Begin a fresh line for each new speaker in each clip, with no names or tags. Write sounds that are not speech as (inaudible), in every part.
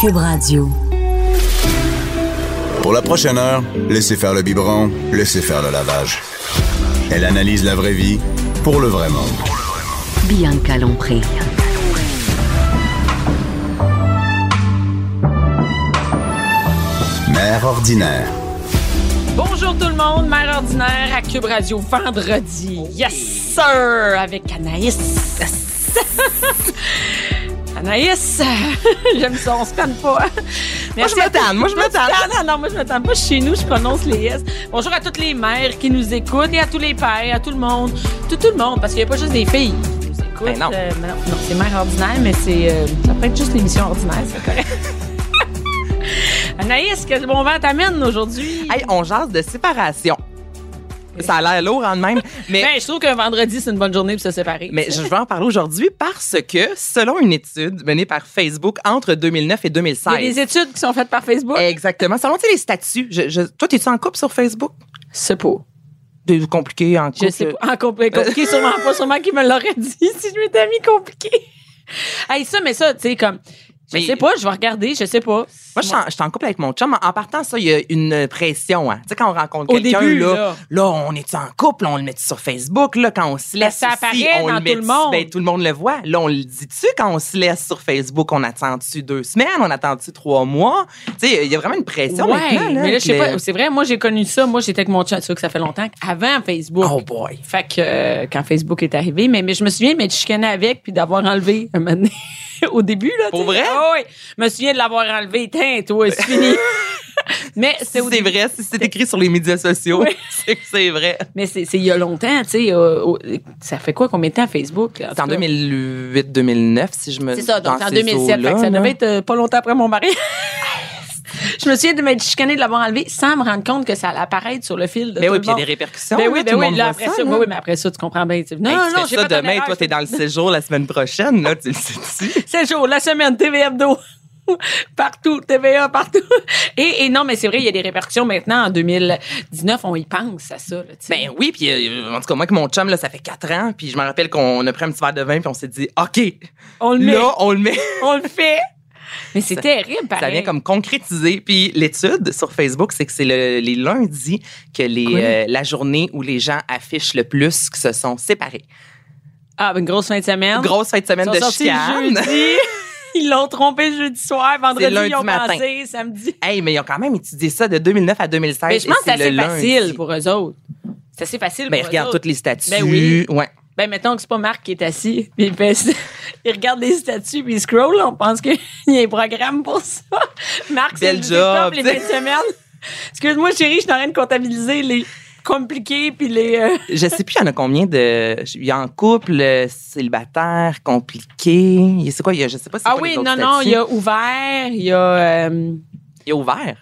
Cube Radio.
Pour la prochaine heure, laissez faire le biberon, laissez faire le lavage. Elle analyse la vraie vie pour le vrai monde.
Bianca Lompré.
Mère ordinaire.
Bonjour tout le monde, Mère Ordinaire à Cube Radio, vendredi. Yes, sir! Avec Anaïs. (laughs) Anaïs, (laughs) j'aime ça, on se tanne pas. Merci
je me
à tous.
tanne, moi, je me
Toi, tu
tanne.
tannes? Ah non, moi je me tanne pas chez nous, je prononce les S. Bonjour à toutes les mères qui nous écoutent et à tous les pères, à tout le monde. Tout, tout le monde, parce qu'il n'y a pas juste des filles qui nous écoutent.
Ben non.
Euh, mais non, non, c'est Mère Ordinaire, mais c'est. euh, ça peut être juste l'émission ordinaire, c'est correct. (laughs) Anaïs, quel bon vent t'amène aujourd'hui?
Hey, on jase de séparation. Ça a l'air lourd en de
(laughs)
même, mais,
Ben, je trouve qu'un vendredi, c'est une bonne journée pour se séparer.
mais je vais en parler aujourd'hui parce que, selon une étude menée par Facebook entre 2009 et
Il y a
2016,
des études qui sont faites par Facebook.
Eh, exactement, selon tu sais, les statuts, je, je- toi, t'es-tu en couple sur Facebook?
C'est pas.
C'est compliqué en couple.
Je sais pas. En
Euh.
compli- compliqué, sûrement pas. Sûrement qu'il me l'aurait dit (laughs) si je m'étais mis compliqué. hey, ça, mais ça, tu sais, comme. Je
Mais-
sais pas, je vais regarder, je sais pas.
Moi, je suis en- je suis en, couple avec mon chum. En- En partant, ça, il y a une pression. Hein. Tu sais, quand on rencontre
Au
quelqu'un,
début,
là,
là.
là. on est en couple, on le met sur Facebook. Là, quand on se laisse,
ça
ici,
apparaît
on
dans
le met
tout le
dessus.
monde.
Ben, tout le monde le voit. Là, on le dit-tu quand on se laisse sur Facebook? On attend-tu deux semaines? On attend-tu trois mois? Tu sais, il y a vraiment une pression
ouais,
maintenant. Là,
mais là, je sais
avec
pas. C'est vrai, moi, j'ai connu ça. Moi, j'étais avec mon chat, que ça fait longtemps, avant
le-
Facebook.
Oh boy.
Fait que euh, quand Facebook est arrivé, mais, mais je me souviens de m'être chicanée avec puis d'avoir enlevé un moment donné, (laughs) au début. Là, tu
Pour
sais.
vrai?
Ah oui. Je me souviens de l'avoir enlevé. Tiens, toi, c'est
(laughs)
fini. mais c'est
Si
au
c'est
début.
vrai, si c'est écrit sur les médias sociaux, (laughs) c'est que c'est vrai.
Mais c'est c'est il y a longtemps, tu sais. euh, au- ça fait quoi combien de temps Facebook? là, en
C'est en
tout cas?
2008-2009, si je me
C'est ça, donc
dans
c'est en
ces
2007. Fait que
eaux-là,
ça
là.
devait être euh, pas longtemps après mon mari. (laughs) je me souviens de m'être chicanée de l'avoir enlevé sans me rendre compte que ça allait apparaître sur le fil de
Ben
tout
oui,
le
puis il y a
monde.
des répercussions.
Ben
là,
oui,
tout
ben
le
oui,
monde
là,
voit
après
ça,
ça,
là.
ben oui, mais après ça, tu comprends bien. tu sais, Non,
Hey, tu
non,
fais
j'ai
ça
fait ton
demain,
erreur,
toi,
j'ai
t'es dans le séjour la semaine prochaine, là, tu le sais-tu?
C'est le jour, la semaine, TV Hebdo. (laughs) partout, TVA, partout. (laughs) Et, et non, mais c'est vrai, il y a des répercussions maintenant. En 2019, on y pense à ça. là, tu sais.
(laughs) Ben oui, puis euh, en tout cas, moi, avec mon chum, là, ça fait quatre ans, puis je me rappelle qu'on a pris un petit verre de vin, puis on s'est dit, OK,
on le met,
là, on le met.
(laughs) on le fait. Mais c'est terrible, pareil.
Ça vient comme concrétiser. Puis l'étude sur Facebook, c'est que c'est le- les lundis que les,
Oui.
euh, la journée où les gens affichent le plus qu'ils se sont séparés.
Ah, ben, une grosse fin de semaine.
Grosse fin de
Ils
semaine
sont
de
sortis
chicane.
jeudi. (laughs) Ils l'ont trompé jeudi soir, vendredi,
lundi
ils ont
matin.
pensé, samedi.
(laughs) Hey, mais ils ont quand même étudié ça de 2009 à 2016.
Mais je
et
pense que c'est assez
le lundi.
facile pour eux autres. C'est assez facile
Ben,
pour
regarde
eux autres.
toutes les statues.
Ben oui.
Ouais.
Ben, mettons que c'est pas Marc qui est assis, (laughs) puis il, fait ça. il regarde les statuts, puis il scroll, on pense qu'il y a un programme pour ça. Marc, c'est
Bel
le
job,
top les
t'sais.
fins de semaine. Excuse-moi, chérie, je suis en train de comptabiliser les compliqués, puis les... euh,
Je sais plus, il y en a combien de. Il y a en couple, euh, célibataire, compliqué. Il y a- C'est quoi? Il y a, je sais pas si
Ah oui, non, non, il y a ouvert, il y a... euh,
Il y a ouvert.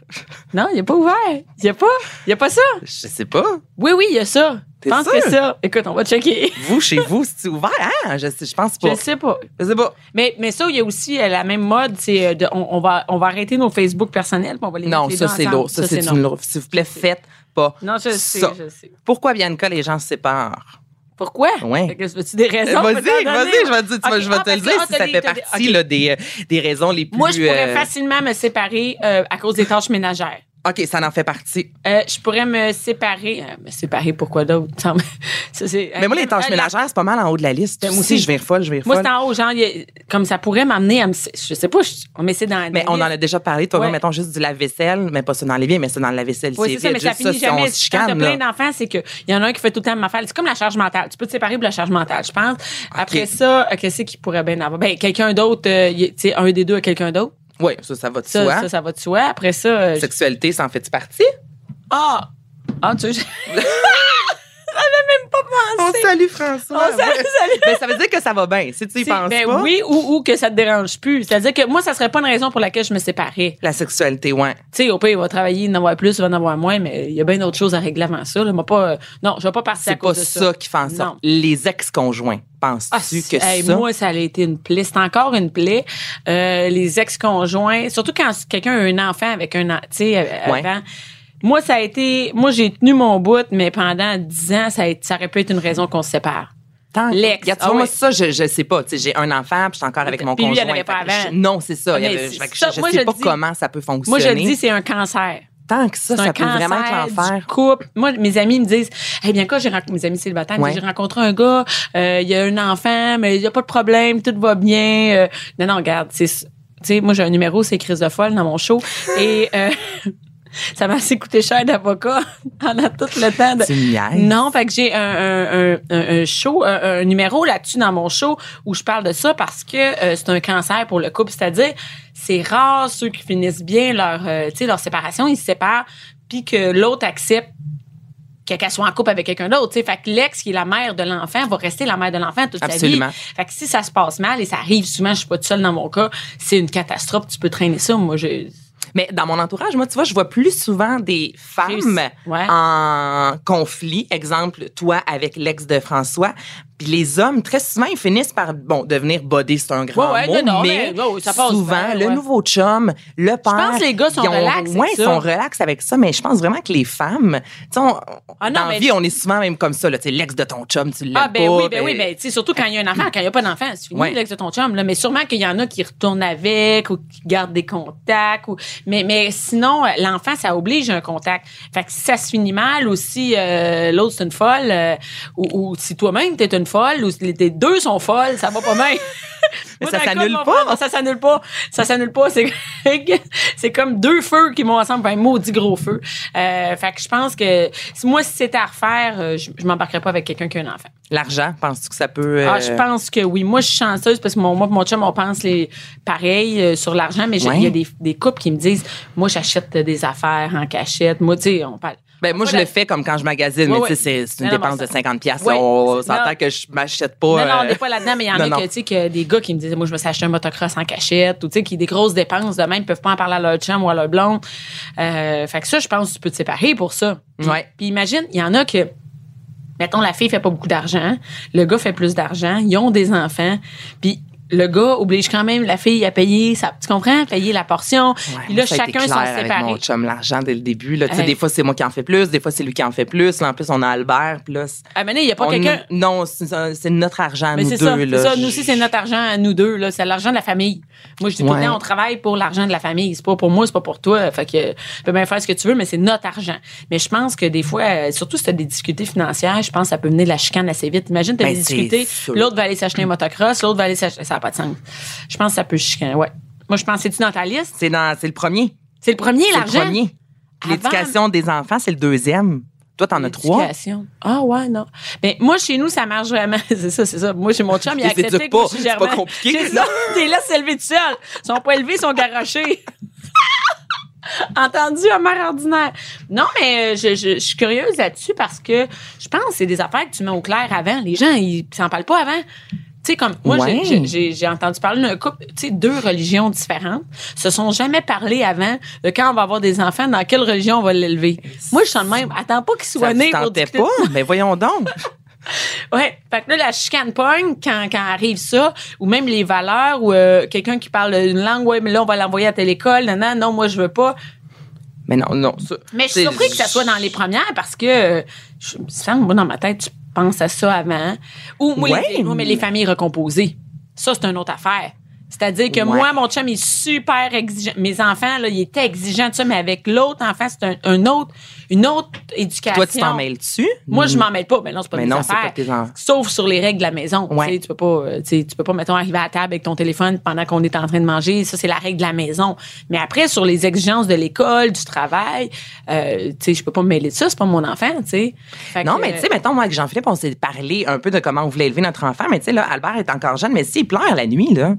Non, il n'y a pas ouvert. Il n'y a pas. Il n'y a pas ça.
Je sais pas.
Oui, oui, il y a ça. Je
T'es
pense
sûr?
que ça. Écoute, on va checker.
Vous, chez vous, c'est ouvert? Hein? Je, sais- je pense
Je
pas.
sais pas.
Je sais pas.
Mais, mais ça, il y a aussi euh, la même mode, c'est euh, de- on, on va, on va arrêter nos Facebook personnels, puis on va les mettre
Non,
les
ça,
deux
c'est
ensemble.
lourd. Ça, c'est
non.
une lourde. S'il vous plaît, faites pas.
Non, je sais,
ça.
je sais.
Pourquoi, Bianca, les gens se séparent?
Pourquoi?
Ouais.
Fait que, veux-tu des
Euh,
raisons?
Vas-y,
Faut t'en donner,
vas-y, je
moi.
vais, te dire- tu vas-
Ok,
je vais
ah,
te le
parce que-
dire
ah,
si ça
t'as
fait
des- t'as des-
partie
ok.
là, des, euh, des raisons les plus.
Moi, je pourrais
euh,
facilement me séparer euh, à cause des tâches ménagères.
OK, ça en fait partie.
Euh, je pourrais me séparer. euh, me séparer, pourquoi d'autre? (laughs) Ça, c'est-
Mais moi, les tâches
Euh, la-
ménagères, c'est pas mal en haut de la liste.
Ben, moi
Moi aussi,
aussi.
je vais folle, je vais
Moi,
folle.
c'est en haut, genre, il y a- comme ça pourrait m'amener à me. Je sais pas, je- on met ça dans la
Mais on en
liste.
a déjà parlé. Toi,
Ouais.
moi, mettons juste du lave-vaisselle, mais pas ça dans l'évier, mais ça dans le lave-vaisselle.
Oui, c'est ça,
vide.
mais ça
Juste
finit
si
jamais.
on se
Si quand t'as
chicane,
plein
là.
d'enfants, c'est que il y en a un qui fait tout le temps ma affaire. C'est comme la charge mentale. Tu peux te séparer de la charge mentale, je pense. Après ça, euh, qu'est-ce qu'il pourrait bien avoir? Ben, quelqu'un d'autre, euh, y- tu sais, un des deux à quelqu'un d'autre.
Oui, ça, ça va de
Ça,
soi.
ça, ça va de soi. Après ça, euh, je-
Sexualité, ça en fait-tu partie?
(laughs) ah! Ah, tu sais, je- J'avais même pas
On
pensé.
salue François.
On salue,
Ouais.
salue.
Ben, ça veut dire que ça va bien. Si tu y
C'est-
penses
ben
pas,
oui, ou, ou que ça te dérange plus. C'est-à-dire que moi, ça serait pas une raison pour laquelle je me séparais.
la sexualité, ouais.
Tu sais, au pire, il va travailler, il va en avoir plus, il va en avoir moins, mais il y a bien d'autres choses à régler avant ça. Là. Moi, pas, euh, non, je vais pas partir à
C'est pas
cause
ça,
de ça.
qui fait en sorte.
Non.
Les ex-conjoints, penses-tu
Ah,
que
si- hey,
ça...
Moi, ça a été une plaie. C'est encore une plaie. Euh, les ex-conjoints, surtout quand quelqu'un a un enfant avec un an, tu sais, euh,
Ouais.
avant. Moi, ça a été. Moi, j'ai tenu mon bout, mais pendant dix ans, ça, a été- ça aurait pu être une raison qu'on se sépare.
Tant-
L'ex,
Regarde, tu
ah
vois, moi,
ouais.
ça, je, je sais pas. Tu sais, j'ai un enfant, puis je suis encore avec mon
Puis lui, il
conjoint.
en avait pas
Fait que je-
avant.
non, c'est ça. Il y
Mais
avait-
c'est-
fait que je,
ça,
je
moi,
sais
je
pas
dis-
comment ça peut fonctionner.
Moi, je le dis, c'est un cancer.
Tant que ça,
C'est un
ça peut
cancer
vraiment être
du
l'enfer.
couple. Moi, mes amis me disent, eh bien, quand j'ai rencontré mes amis célibataires, ils me
Ouais.
disent, j'ai rencontré un gars, euh, il a un enfant, mais il n'y a pas de problème, tout va bien. Euh, non, non, regarde, c'est, tu sais, moi, j'ai un numéro, c'est Crise de folle dans mon show. et, euh, (laughs) ça m'a assez coûté cher d'avocat. (laughs) On a tout le temps de.
Tu me niaises.
Non, fait que j'ai un, un, un- un- un show, un, un numéro là-dessus dans mon show où je parle de ça parce que euh, c'est un cancer pour le couple. C'est-à-dire, c'est rare ceux qui finissent bien leur, euh, tu sais, leur séparation, ils se séparent, puis que l'autre accepte que- qu'elle soit en couple avec quelqu'un d'autre. tu sais. Fait que l'ex, qui est la mère de l'enfant, va rester la mère de l'enfant toute
Absolument.
sa vie. Fait que si ça se passe mal, et ça arrive souvent, je suis pas toute seule dans mon cas, c'est une catastrophe. Tu peux traîner ça. Moi, je...
Mais dans mon entourage, moi, tu vois, je vois plus souvent des femmes
Réussi- ouais.
en conflit. Exemple, toi avec l'ex de François. Puis les hommes, très souvent, ils finissent par, bon, devenir body, c'est un grand
Ouais, ouais,
mot,
non, non,
mais,
mais, ouais, ça passe
souvent,
bien,
le
ouais.
nouveau chum, le père...
pense que les gars sont
ils ont-
relax avec
ouais,
ça.
ils sont relax avec ça, mais je pense vraiment que les femmes, tu sais, on-
Ah non,
dans la
mais-
vie, on est souvent même comme ça, là, tu sais, l'ex de ton chum, tu l'aimes
Ah ben
pas,
oui, ben
euh,
oui, ben tu sais surtout quand il y a un enfant, quand il n'y a pas d'enfant, c'est fini
Ouais.
l'ex de ton chum là, mais sûrement qu'il y en a qui retournent avec ou qui gardent des contacts ou mais mais sinon euh, l'enfant ça oblige un contact. Fait que si ça se finit mal ou si euh, l'autre c'est une folle euh, ou, ou si toi-même t'es une folle ou si les les deux sont folles, ça va pas
(laughs)
bien.
Mais
Moi,
ça
dans le cas de
s'annule
mon
pas.
frère, ça s'annule pas. Ça s'annule pas. C'est, c'est comme deux feux qui vont ensemble, un maudit gros feu. Euh, fait que je pense que, si- moi, si c'était à refaire, euh, je, je m'embarquerais pas avec quelqu'un qui a un enfant.
L'argent, penses-tu que ça peut...
Ah,
euh,
je pense que oui. Moi, je suis chanceuse parce que mon, moi et mon chum, on pense les, pareil euh, sur l'argent, mais j'ai- il y a
Ouais.
des, des couples qui me disent, moi, j'achète des affaires en cachette. Moi, tu sais, on parle.
Ben, moi,
Pas
je
la-
le fais comme quand je magasine,
Ouais,
mais tu
ouais.
sais, c'est- c'est une
Non, non,
dépense
mais
de
ça-
50 pièces.
Ouais.
On
Non.
s'entend que je m'achète pas.
Non, non, on
euh,
n'est pas là-dedans, mais il y en
non,
a
non.
que, tu sais, que des gars qui me disaient, moi, je me suis acheté un motocross en cachette, ou, tu sais, qui des grosses dépenses de même, ils peuvent pas en parler à leur chum ou à leur blonde. Euh, fait que ça, je pense que tu peux te séparer pour ça.
Ouais.
Puis imagine, il y en a que, mettons, la fille fait pas beaucoup d'argent, le gars fait plus d'argent, ils ont des enfants, puis le gars oblige quand même la fille à payer sa, tu comprends, payer la portion.
ouais,
puis là,
ça a été
chacun
clair
s'en
avec
séparé.
mon chum, l'argent dès le début. Là, tu sais,
Hey.
Des fois, c'est moi qui en fais plus, des fois, c'est lui qui en fait plus. Là, en plus, on a Albert. Puis là, c'est-
À un moment donné, il y a pas
on-
quelqu'un.
Non, c'est ça, c'est notre argent,
Mais
nous
c'est
deux.
ça, c'est
là.
ça. Nous aussi, c'est notre argent à nous deux. là. C'est l'argent de la famille. Moi, je dis tout le
Ouais.
temps, on travaille pour l'argent de la famille. C'est pas pour moi, c'est pas pour toi. Fait que tu peux bien faire ce que tu veux, mais c'est notre argent. Mais je pense que des fois, euh, surtout si tu as des difficultés financières, je pense que ça peut mener de la chicane assez vite. Imagine, tu as
Ben,
des
c'est
difficultés,
sûr.
l'autre va aller s'acheter un motocross, l'autre va aller s'acheter. Ça n'a pas de sens. Je pense que ça peut chicaner. Ouais. Moi, je pense, c'est-tu dans ta liste?
C'est dans- c'est le premier.
C'est le premier,
C'est le
l'argent?
premier.
Avant-
L'éducation des enfants, c'est le deuxième. Toi, t'en as trois.
L'éducation. Ah ouais, non. Mais moi, chez nous, ça marche vraiment. (laughs) C'est ça, c'est ça. Moi, chez mon chum, il a
Les éduque
accepté que
pas.
moi, je suis
C'est pas
germaine.
compliqué.
C'est ça. T'es là, c'est levé tout seul. Ils sont pas élevés, ils sont garochés. (laughs) Entendu, un mère ordinaire. Non, mais euh, je, je- je suis curieuse là-dessus parce que je pense que c'est des affaires que tu mets au clair avant. Les gens, ils s'en parlent pas avant. Tu sais, comme moi, j'ai-
Ouais.
j'ai- j'ai j'ai entendu parler d'un couple, tu sais, deux religions différentes, se sont jamais parlé avant de quand on va avoir des enfants, dans quelle religion on va l'élever. Moi, je suis le même. Attends pas qu'ils soient
Ça
nés
ne
pour
tentait
discuter.
pas. Mais voyons donc.
Ouais. Fait que là, la chicane pogne quand, quand arrive ça, ou même les valeurs, ou euh, quelqu'un qui parle une langue, ouais, mais là, on va l'envoyer à telle école, non, non, non, moi, je veux pas.
Mais non, non. ça-
Mais je suis
c'est-
surpris que ça soit dans les premières parce que, euh, je il me semble, moi, dans ma tête, tu penses à ça avant. Ou, moi, les-
Ouais.
moi, mais les familles recomposées. Ça, c'est une autre affaire. C'est-à-dire que
Ouais.
moi, mon chum est super exigeant. Mes enfants, là, ils étaient exigeants de ça, mais avec l'autre enfant, c'est un, un autre, une autre éducation.
Toi, tu t'en mêles-tu?
Moi, je m'en mêle pas. Mm. Mais non, c'est pas
Mais
mes
non, c'est
affaires.
pas tes enfants.
Sauf sur les règles de la maison.
Ouais.
Tu sais, tu peux pas, euh, tu sais, tu peux pas, mettons, arriver à la table avec ton téléphone pendant qu'on est en train de manger. Ça, c'est la règle de la maison. Mais après, sur les exigences de l'école, du travail, euh, tu sais, je peux pas me mêler de ça. C'est pas mon enfant, tu sais. Fait
Non,
que,
mais tu sais, mettons, moi, avec Jean-Philippe, on s'est parlé un peu de comment on voulait élever notre enfant. Mais tu sais, là, Albert est encore jeune, mais s'il pleure la nuit, là.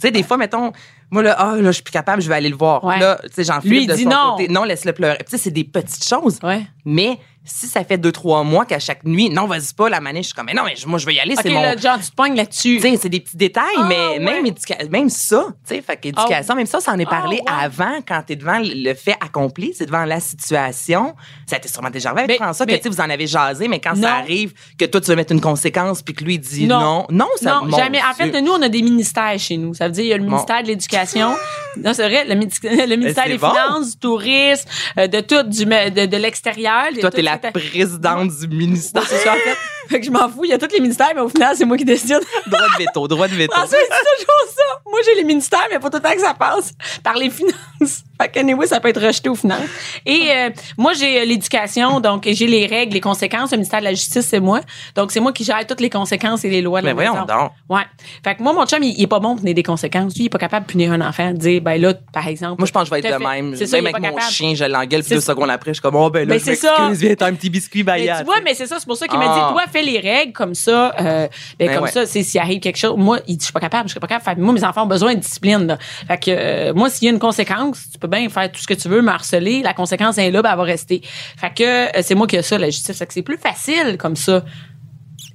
Tu sais, des fois, mettons, moi, là, ah, là, je suis plus capable, je vais aller le voir.
Ouais.
Là, tu sais,
Lui, il
Jean-Philippe, de
dit
son
non.
côté, non, laisse-le pleurer. Tu sais, c'est des petites choses.
Ouais.
Mais si ça fait deux, trois mois qu'à chaque nuit, non, vas-y pas, la manège, je suis comme, mais non, mais je- moi, je veux y aller,
OK,
c'est mon.
là, genre, tu te pognes là-dessus.
Tu sais, c'est des petits détails,
Ah,
mais
ouais. Oh.
même, éduca- même ça, tu sais, fait qu'éducation, même ça, ça en est parlé
Ah, ouais.
avant quand t'es devant le fait accompli, c'est devant la situation. Ça t'est sûrement déjà arrivé avec
Mais-
François
mais-
que, tu sais, vous en avez jasé, mais quand
Non.
ça arrive, que toi, tu veux mettre une conséquence puis que lui, il dit non. Non, ça
Non,
mon
jamais. En
Dieu.
fait, nous, on a des ministères chez nous. Ça veut dire, il y a le
Bon.
ministère de l'Éducation. non, c'est vrai, le, midi- (laughs) le ministère
c'est
des
bon.
Finances, du tourisme, euh, de tout, du, me- de, de l'extérieur. de
Toi,
tout
t'es la
cet-
présidente du ministère.
C'est ça, en fait. Fait que je m'en fous. Il y a tous les ministères, mais au final, c'est moi qui décide.
droit de veto, droit de veto.
(laughs) François, Ah, c'est toujours ça. Moi, j'ai les ministères, mais pas tout le temps que ça passe par les finances. (laughs) Fait que, anyway, ça peut être rejeté aux finances. Et euh, moi, j'ai euh, l'éducation, donc j'ai les règles, les conséquences. Le ministère de la Justice, c'est moi. Donc, c'est moi qui gère toutes les conséquences et les lois de
Mais
la maison.
voyons donc.
Ouais. Fait que moi, mon chum, il, il est pas bon pour tenir des conséquences. Lui, il est pas capable de punir un enfant, de dire, ben là, par exemple.
Moi, je pense que je vais
Tout à
être de
fait.
même.
C'est ça, il
même
est
avec
pas
mon
capable.
chien, je l'engueule, puis
C'est
deux
ça.
secondes après, je suis comme, oh, ben là,
Mais
je
c'est ça.
m'excuse, viens, t'as un petit biscuit,
Mais
Bayard.
tu vois, mais c'est ça, c'est pour ça qu'il m'a
Ah.
dit, toi, fais les règles comme ça, euh, ben,
Ben
comme
ouais.
ça, c'est s'il arrive quelque chose. Moi, il dit, je suis pas capable, je suis pas capable. Fait que moi, mes enfants ont besoin de discipline, là. Fait que, euh, moi, s'il y a une conséquence, tu peux bien faire tout ce que tu veux, me harceler, la conséquence est là, ben, elle va rester. Fait que, euh, c'est moi qui ai ça, la justice. Fait que c'est plus facile comme ça.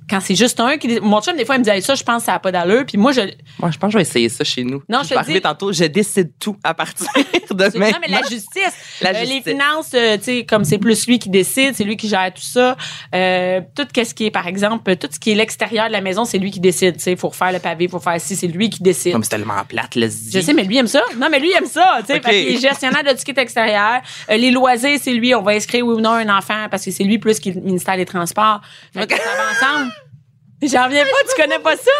Quand c'est juste un qui, dit- mon chum, des fois, il me dit, Hey, ça, je pense que ça a pas d'allure, puis moi, je,
Moi, je pense que je vais essayer ça chez nous.
Non, je te
vais
le
arriver
dis.
tantôt, je décide tout à partir (laughs) de
Non,
maintenant.
mais la justice.
La
Euh,
justice.
les finances, euh, tu sais, comme c'est plus lui qui décide, c'est lui qui gère tout ça. Euh, tout ce qui est, par exemple, tout ce qui est l'extérieur de la maison, c'est lui qui décide. Tu sais, faut refaire le pavé, faut faire ci, c'est lui qui décide.
Comme c'est tellement plate, le
Je sais, mais lui aime ça. Non, mais lui aime ça. Tu sais,
Ok.
fait qu'il est gestionnaire de tout ce qui est extérieur. Euh, les loisirs, c'est lui. On va inscrire oui ou non un enfant parce que c'est lui plus qui est le ministère des Transports. Fait que
Ok.
ça va ensemble. J'en reviens pas, tu connais pas ça?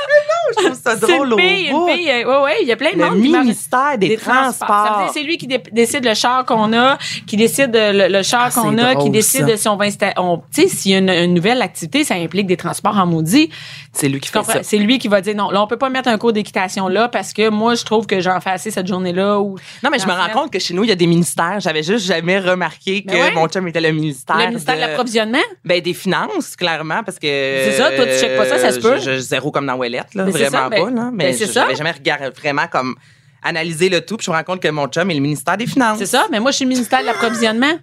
je trouve (laughs) ça
C'est une fille, une fille. euh, ouais, ouais, il y a plein de
Le
monde qui marche-
ministère des, Transports.
ça veut dire, c'est lui qui dé- décide le char qu'on a, qui décide euh, le, le char
Ah, c'est
qu'on a, qui
drôle,
décide
ça.
si on va insta- on- Tu sais, s'il y a une, une nouvelle activité, ça implique des transports en maudit.
C'est lui qui
Tu
fait
comprends?
ça.
C'est lui qui va dire non. Là, on peut pas mettre un cours d'équitation là parce que moi, je trouve que j'en fais assez cette journée-là. Ou
Non, mais je me rends compte que chez nous, il y a des ministères. J'avais juste jamais remarqué que
Mais ouais.
mon chum était le ministère.
Le ministère de l'approvisionnement.
Ben, des finances, clairement, parce que. C'est
ça, toi, tu checkes pas ça, ça se peut.
Je, je- zéro comme dans Ouellette, là.
Mais c'est ça,
vraiment pas,
ben-
là.
ben,
Mais
c'est
je
ça.
j'avais jamais regardé vraiment comme analysé le tout, puis je me rends compte que mon chum est le ministère des Finances.
C'est ça, mais moi, je suis le ministère de l'approvisionnement.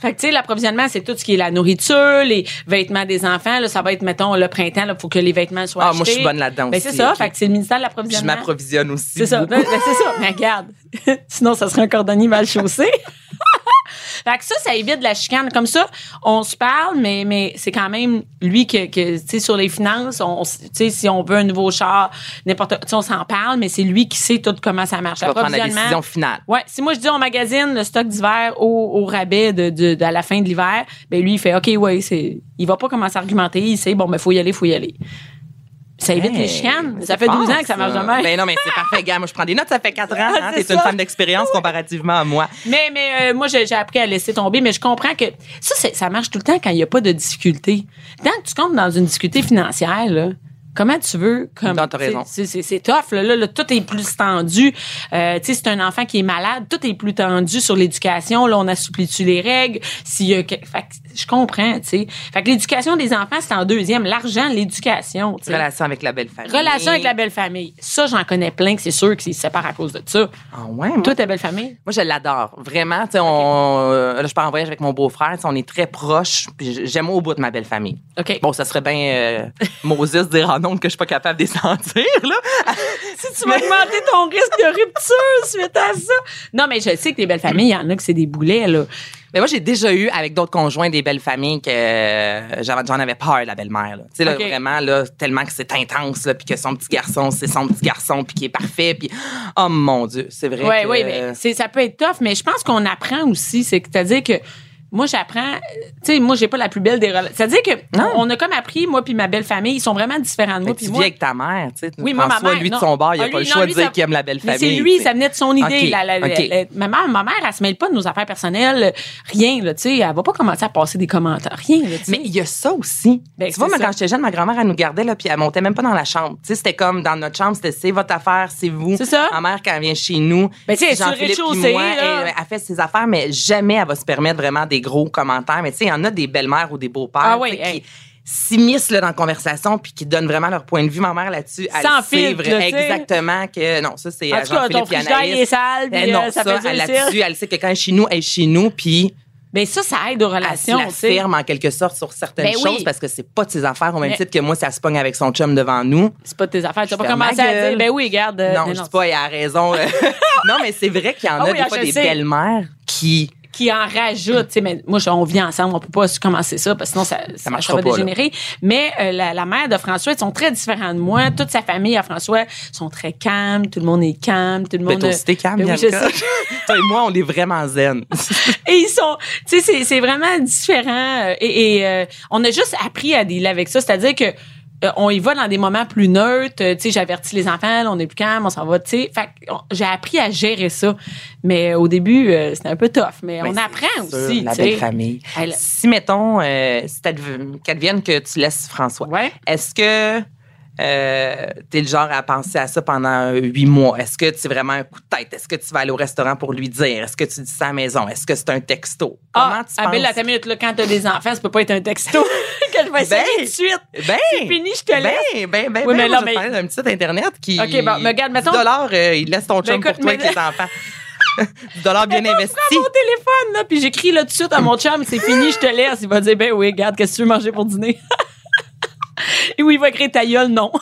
Fait que, tu sais, l'approvisionnement, c'est tout ce qui est la nourriture, les vêtements des enfants. Là, ça va être, mettons, le printemps, il faut que les vêtements soient
Ah,
achetés.
moi, je suis bonne là-dedans
Ben,
aussi,
c'est ça.
ok.
Fait que c'est le ministère de
Puis je
l'approvisionnement.
m'approvisionne aussi.
C'est ça.
beaucoup.
Ben, ben, c'est ça. Mais regarde. (laughs) Sinon, ça serait un cordonnier mal chaussé. (laughs) fait que ça, ça évite la chicane. Comme ça, on se parle, mais, mais c'est quand même lui que, que, tu sais, sur les finances, on, s- tu sais, si on veut un nouveau char, n'importe, tu sais, on s'en parle, mais c'est lui qui sait tout comment ça marche.
Je vais prendre la
L'approvisionnement,
décision finale.
Ouais, si moi je dis on magazine le stock d'hiver au, au rabais de, de, de- à la fin de l'hiver, ben lui il fait OK, ouais, c'est il va pas commencer à argumenter, il sait bon, mais faut y aller, faut y aller. Ça évite les
Hey,
chicanes.
mais
Ça
c'est
fait
fort,
12 ans que ça marche de même.
Ben non, mais c'est parfait, gars. Moi, je prends des notes, ça
(laughs)
fait 4 ans.
Ah,
Hein, T'es
c'est
une
ça.
femme d'expérience comparativement à moi.
Mais, mais euh, moi, j'ai j'ai appris à laisser tomber, mais je comprends que ça, c'est- ça marche tout le temps quand il n'y a pas de difficulté. Tant que tu comptes dans une difficulté financière, là, comment tu veux? Comme,
Non, t'as raison.
C'est c'est- c'est tough, là, là, là, tout est plus tendu. Euh, tu sais, c'est un enfant qui est malade, tout est plus tendu sur l'éducation. Là, on assouplit-tu les règles? S'il y a que- fait que je comprends, tu sais. Fait que l'éducation des enfants, c'est en deuxième. L'argent, l'éducation, tu sais.
Relation avec la belle famille.
Relation avec la belle famille. Ça, j'en connais plein que c'est sûr qu'ils se séparent à cause de ça.
Ah ouais, moi,
Toi, ta belle famille?
Moi, je l'adore. Vraiment, tu sais, on, euh, là, je pars en voyage avec mon beau-frère. tu sais, On est très proches. Puis j- j'aime au bout de ma belle-famille.
OK.
Bon, ça serait
(laughs)
bien euh, Moses dire en nombre que je suis pas capable de les sentir, là.
Si tu vas augmenter ton risque de rupture suite à ça. Non, mais je sais que les belles familles, il y en a que c'est des boulets, là.
Mais moi, j'ai déjà eu avec d'autres conjoints des belles familles que euh, j'avais- j'en avais peur, la belle-mère. là. Tu sais, là,
Ok.
vraiment, là, tellement que c'est intense, là, puis que son petit garçon, c'est son petit garçon, puis qu'il est parfait, puis oh mon Dieu, c'est vrai.
Oui,
que- euh,
oui, mais c'est- ça peut être tough, mais je pense qu'on apprend aussi. C'est- C'est-à-dire que moi, j'apprends. euh, Tu sais, moi, j'ai pas la plus belle des relations. C'est-à-dire que
Non.
on a comme appris, moi puis ma belle famille, ils sont vraiment différents de
Mais
moi.
tu
Puis
vis
moi,
avec ta mère, tu sais.
Oui, moi, ma
François,
mère,
lui, de
non.
son bord, il
Ah,
a
lui,
pas le
non,
choix
lui,
de dire
ça-
qu'il aime la belle
Mais
famille.
c'est lui,
tu sais.
ça venait de son idée.
Ok,
La, la- la-
ok.
la- ma, mère, ma mère, elle se mêle pas de nos affaires personnelles, rien, là, tu sais. Elle va pas commencer à passer des commentaires, rien, là, tu sais.
Mais il y a ça aussi.
Ben,
tu vois,
c'est
moi,
ça.
quand j'étais jeune, ma grand-mère, elle nous gardait, là, puis elle montait même pas dans la chambre. Tu sais, c'était comme dans notre chambre, c'était c'est votre affaire, c'est vous.
C'est ça.
Ma mère, quand elle vient chez nous,
Ben, tu sais, sur le
Jean-Philippe puis
rez-de-chaussée,
moi,
là.
elle, elle fait ses affaires, mais jamais elle va se permettre vraiment des gros commentaires. Mais tu sais, il y en a des belles-mères ou des beaux-pères
Ah
tu
oui,
sais,
hey.
qui s'immiscent là, dans la conversation puis qui donnent vraiment leur point de vue. Ma mère, là-dessus, elle
Sans
le sait
filtre, là, tu sais.
exactement que... Non, ça, c'est
En
à
tout cas, ton
Jean-Philippe et
frigidaire,
Anaïs.
il est sale,
Ben
puis,
non,
euh, ça fait
ça,
du
elle,
cire.
là-dessus, elle sait que quand elle est chez nous, elle est chez nous, puis...
ben ça, ça aide aux
Elle se
relations.
la
tu sais.
ferme en quelque sorte sur certaines
Ben oui.
choses parce que c'est pas de ses affaires au même
Mais-
titre que moi, ça se pogne avec son chum devant nous.
C'est pas tes affaires. Tu
Je
vas pas
ferme ma
commencer à
gueule.
dire, ben oui, regarde. euh,
non,
mais
je dis pas, il
(laughs)
a raison. (laughs) non, mais c'est vrai qu'il y en
Ah
a
oui,
des
ah,
fois
je
des
sais.
belles-mères qui.
qui en rajoute. Tu sais, mais moi, je- on vit ensemble, on peut pas commencer ça parce que sinon ça, ça,
marchera
va
pas, là.
dégénérer. Mais euh, la, la mère de François, ils sont très différents de moi. Toute sa famille à François sont très calmes. Tout le monde est calme. Tout le
Mais
monde.
toi aussi, t'es calme,
Ben oui, je
Bianca.
sais.
(laughs) Toi et moi, on est vraiment zen.
Et ils sont, tu sais, c'est- c'est vraiment différent. euh, Et, et, euh, on a juste appris à dealer avec ça. C'est-à-dire que euh, on y va dans des moments plus neutres. euh, Tu sais, j'avertis les enfants, là, on est plus calme, on s'en va. Tu sais, Fait que, on- j'ai appris à gérer ça. Mais euh, au début, euh, c'était un peu tough. Mais
Ben,
on
c'est
apprend
sûr,
aussi.
La
tu sais.
belle famille.
Elle-
Si, mettons, euh, si t'adv- qu'advienne que tu laisses François,
Ouais.
est-ce que euh, t'es le genre à penser à ça pendant euh, huit mois? Est-ce que tu es vraiment un coup de tête? Est-ce que tu vas aller au restaurant pour lui dire? Est-ce que tu dis ça à la maison? Est-ce que c'est un texto? Comment
Ah,
tu
ah,
penses?
ben là, t'as minute, là, quand t'as des enfants, ça peut pas être un texto (laughs) que je vais essayer tout
Ben,
de suite.
ben,
C'est fini, je te
ben,
laisse.
ben, ben, ben,
Oui, mais là,
moi, je vais
mais-
parler d'un petit site Internet qui...
OK, bon, mais regarde, mettons- Ben,
10 dollars, euh, il laisse ton chum
écoute,
pour toi
mais-
avec
(laughs)
les enfants. (laughs) 10 dollars bien
Attends,
investi.
Je prends mon téléphone, là, puis j'écris là tout de suite à mon chum, c'est fini, je te laisse. Il va dire, ben oui, regarde, qu'est-ce que tu veux manger pour dîner? (laughs) Et oui, il va écrire ta gueule, non.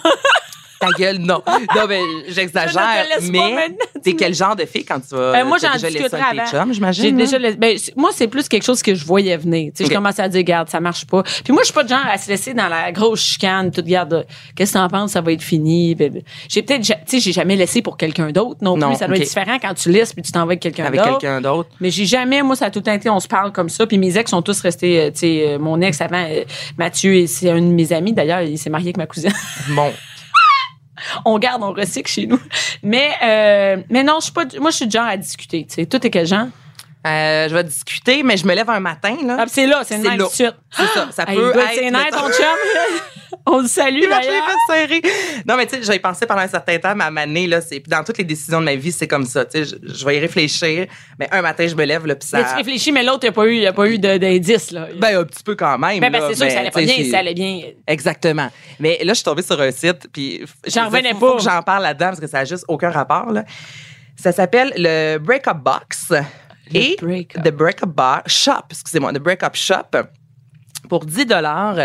Ta
(laughs)
gueule, non. Non, mais j'exagère.
Je ne te laisse pas
Mais
maintenant.
(laughs) t'es quel genre de fille quand tu vas.
Euh, moi,
t'as
j'en
déjà laissé
discuterai
un de tes
avant.
chums, j'imagine.
J'ai
hein?
déjà laissé- ben, c'est- moi, c'est plus quelque chose que je voyais venir. Tu sais,
Ok.
Je commençais à dire, garde, ça marche pas. Puis moi, je suis pas de genre à se laisser dans la grosse chicane, toute garde. euh, Qu'est-ce que t'en penses, ça va être fini. Ben, ben, J'ai peut-être, ja- tu sais, j'ai jamais laissé pour quelqu'un d'autre non,
Non,
plus. Ça doit
ok.
être différent quand tu laisses puis tu t'en vas avec quelqu'un
Avec
d'autre.
quelqu'un d'autre.
Mais j'ai jamais, moi, ça a tout le temps été, on se parle comme ça. Puis mes ex sont tous restés, euh, tu sais, euh, mon ex avant, euh, Mathieu, et c'est un de mes amis. D'ailleurs, il s'est marié avec ma cousine. (laughs)
Bon.
on garde, on recycle chez nous. Mais, euh, mais non, je suis pas, du- moi, je suis du genre à discuter, tu sais. Toi, t'es quel genre?
Euh, je vais discuter, mais je me lève un matin,
Ah,
là.
puis c'est là, c'est
C'est
une night
là.
tout
(laughs)
de suite.
C'est ça. Ça
Hey, il
peut
doit
être.
être sénère,
mettons-
ton
(laughs)
chum. on le salue,
Il marche les
d'ailleurs.
fesses serrées. Non, mais tu sais, j'ai pensé pendant un certain temps, ma manée, là, c'est. puis dans toutes les décisions de ma vie, c'est comme ça. Tu sais, je, je vais y réfléchir, mais un matin, je me lève, là, puis ça.
Mais tu réfléchis, mais l'autre, il n'y a pas eu, il a pas eu de- d'indice, là.
Ben, un petit peu quand même.
Ben, ben,
là,
c'est sûr que ça allait
mais,
pas
tu sais,
bien,
c'est-
ça allait bien.
Exactement. Mais là, je suis tombée sur un site, puis f- je
J'en
me disais,
revenais
faut-
pas.
Faut que j'en parle là-dedans parce que ça a juste aucun rapport. Là. Ça s'appelle le Breakup Box et
Breakup.
The Breakup Bo- Shop, excusez-moi, The Breakup Shop. Pour 10 dollars,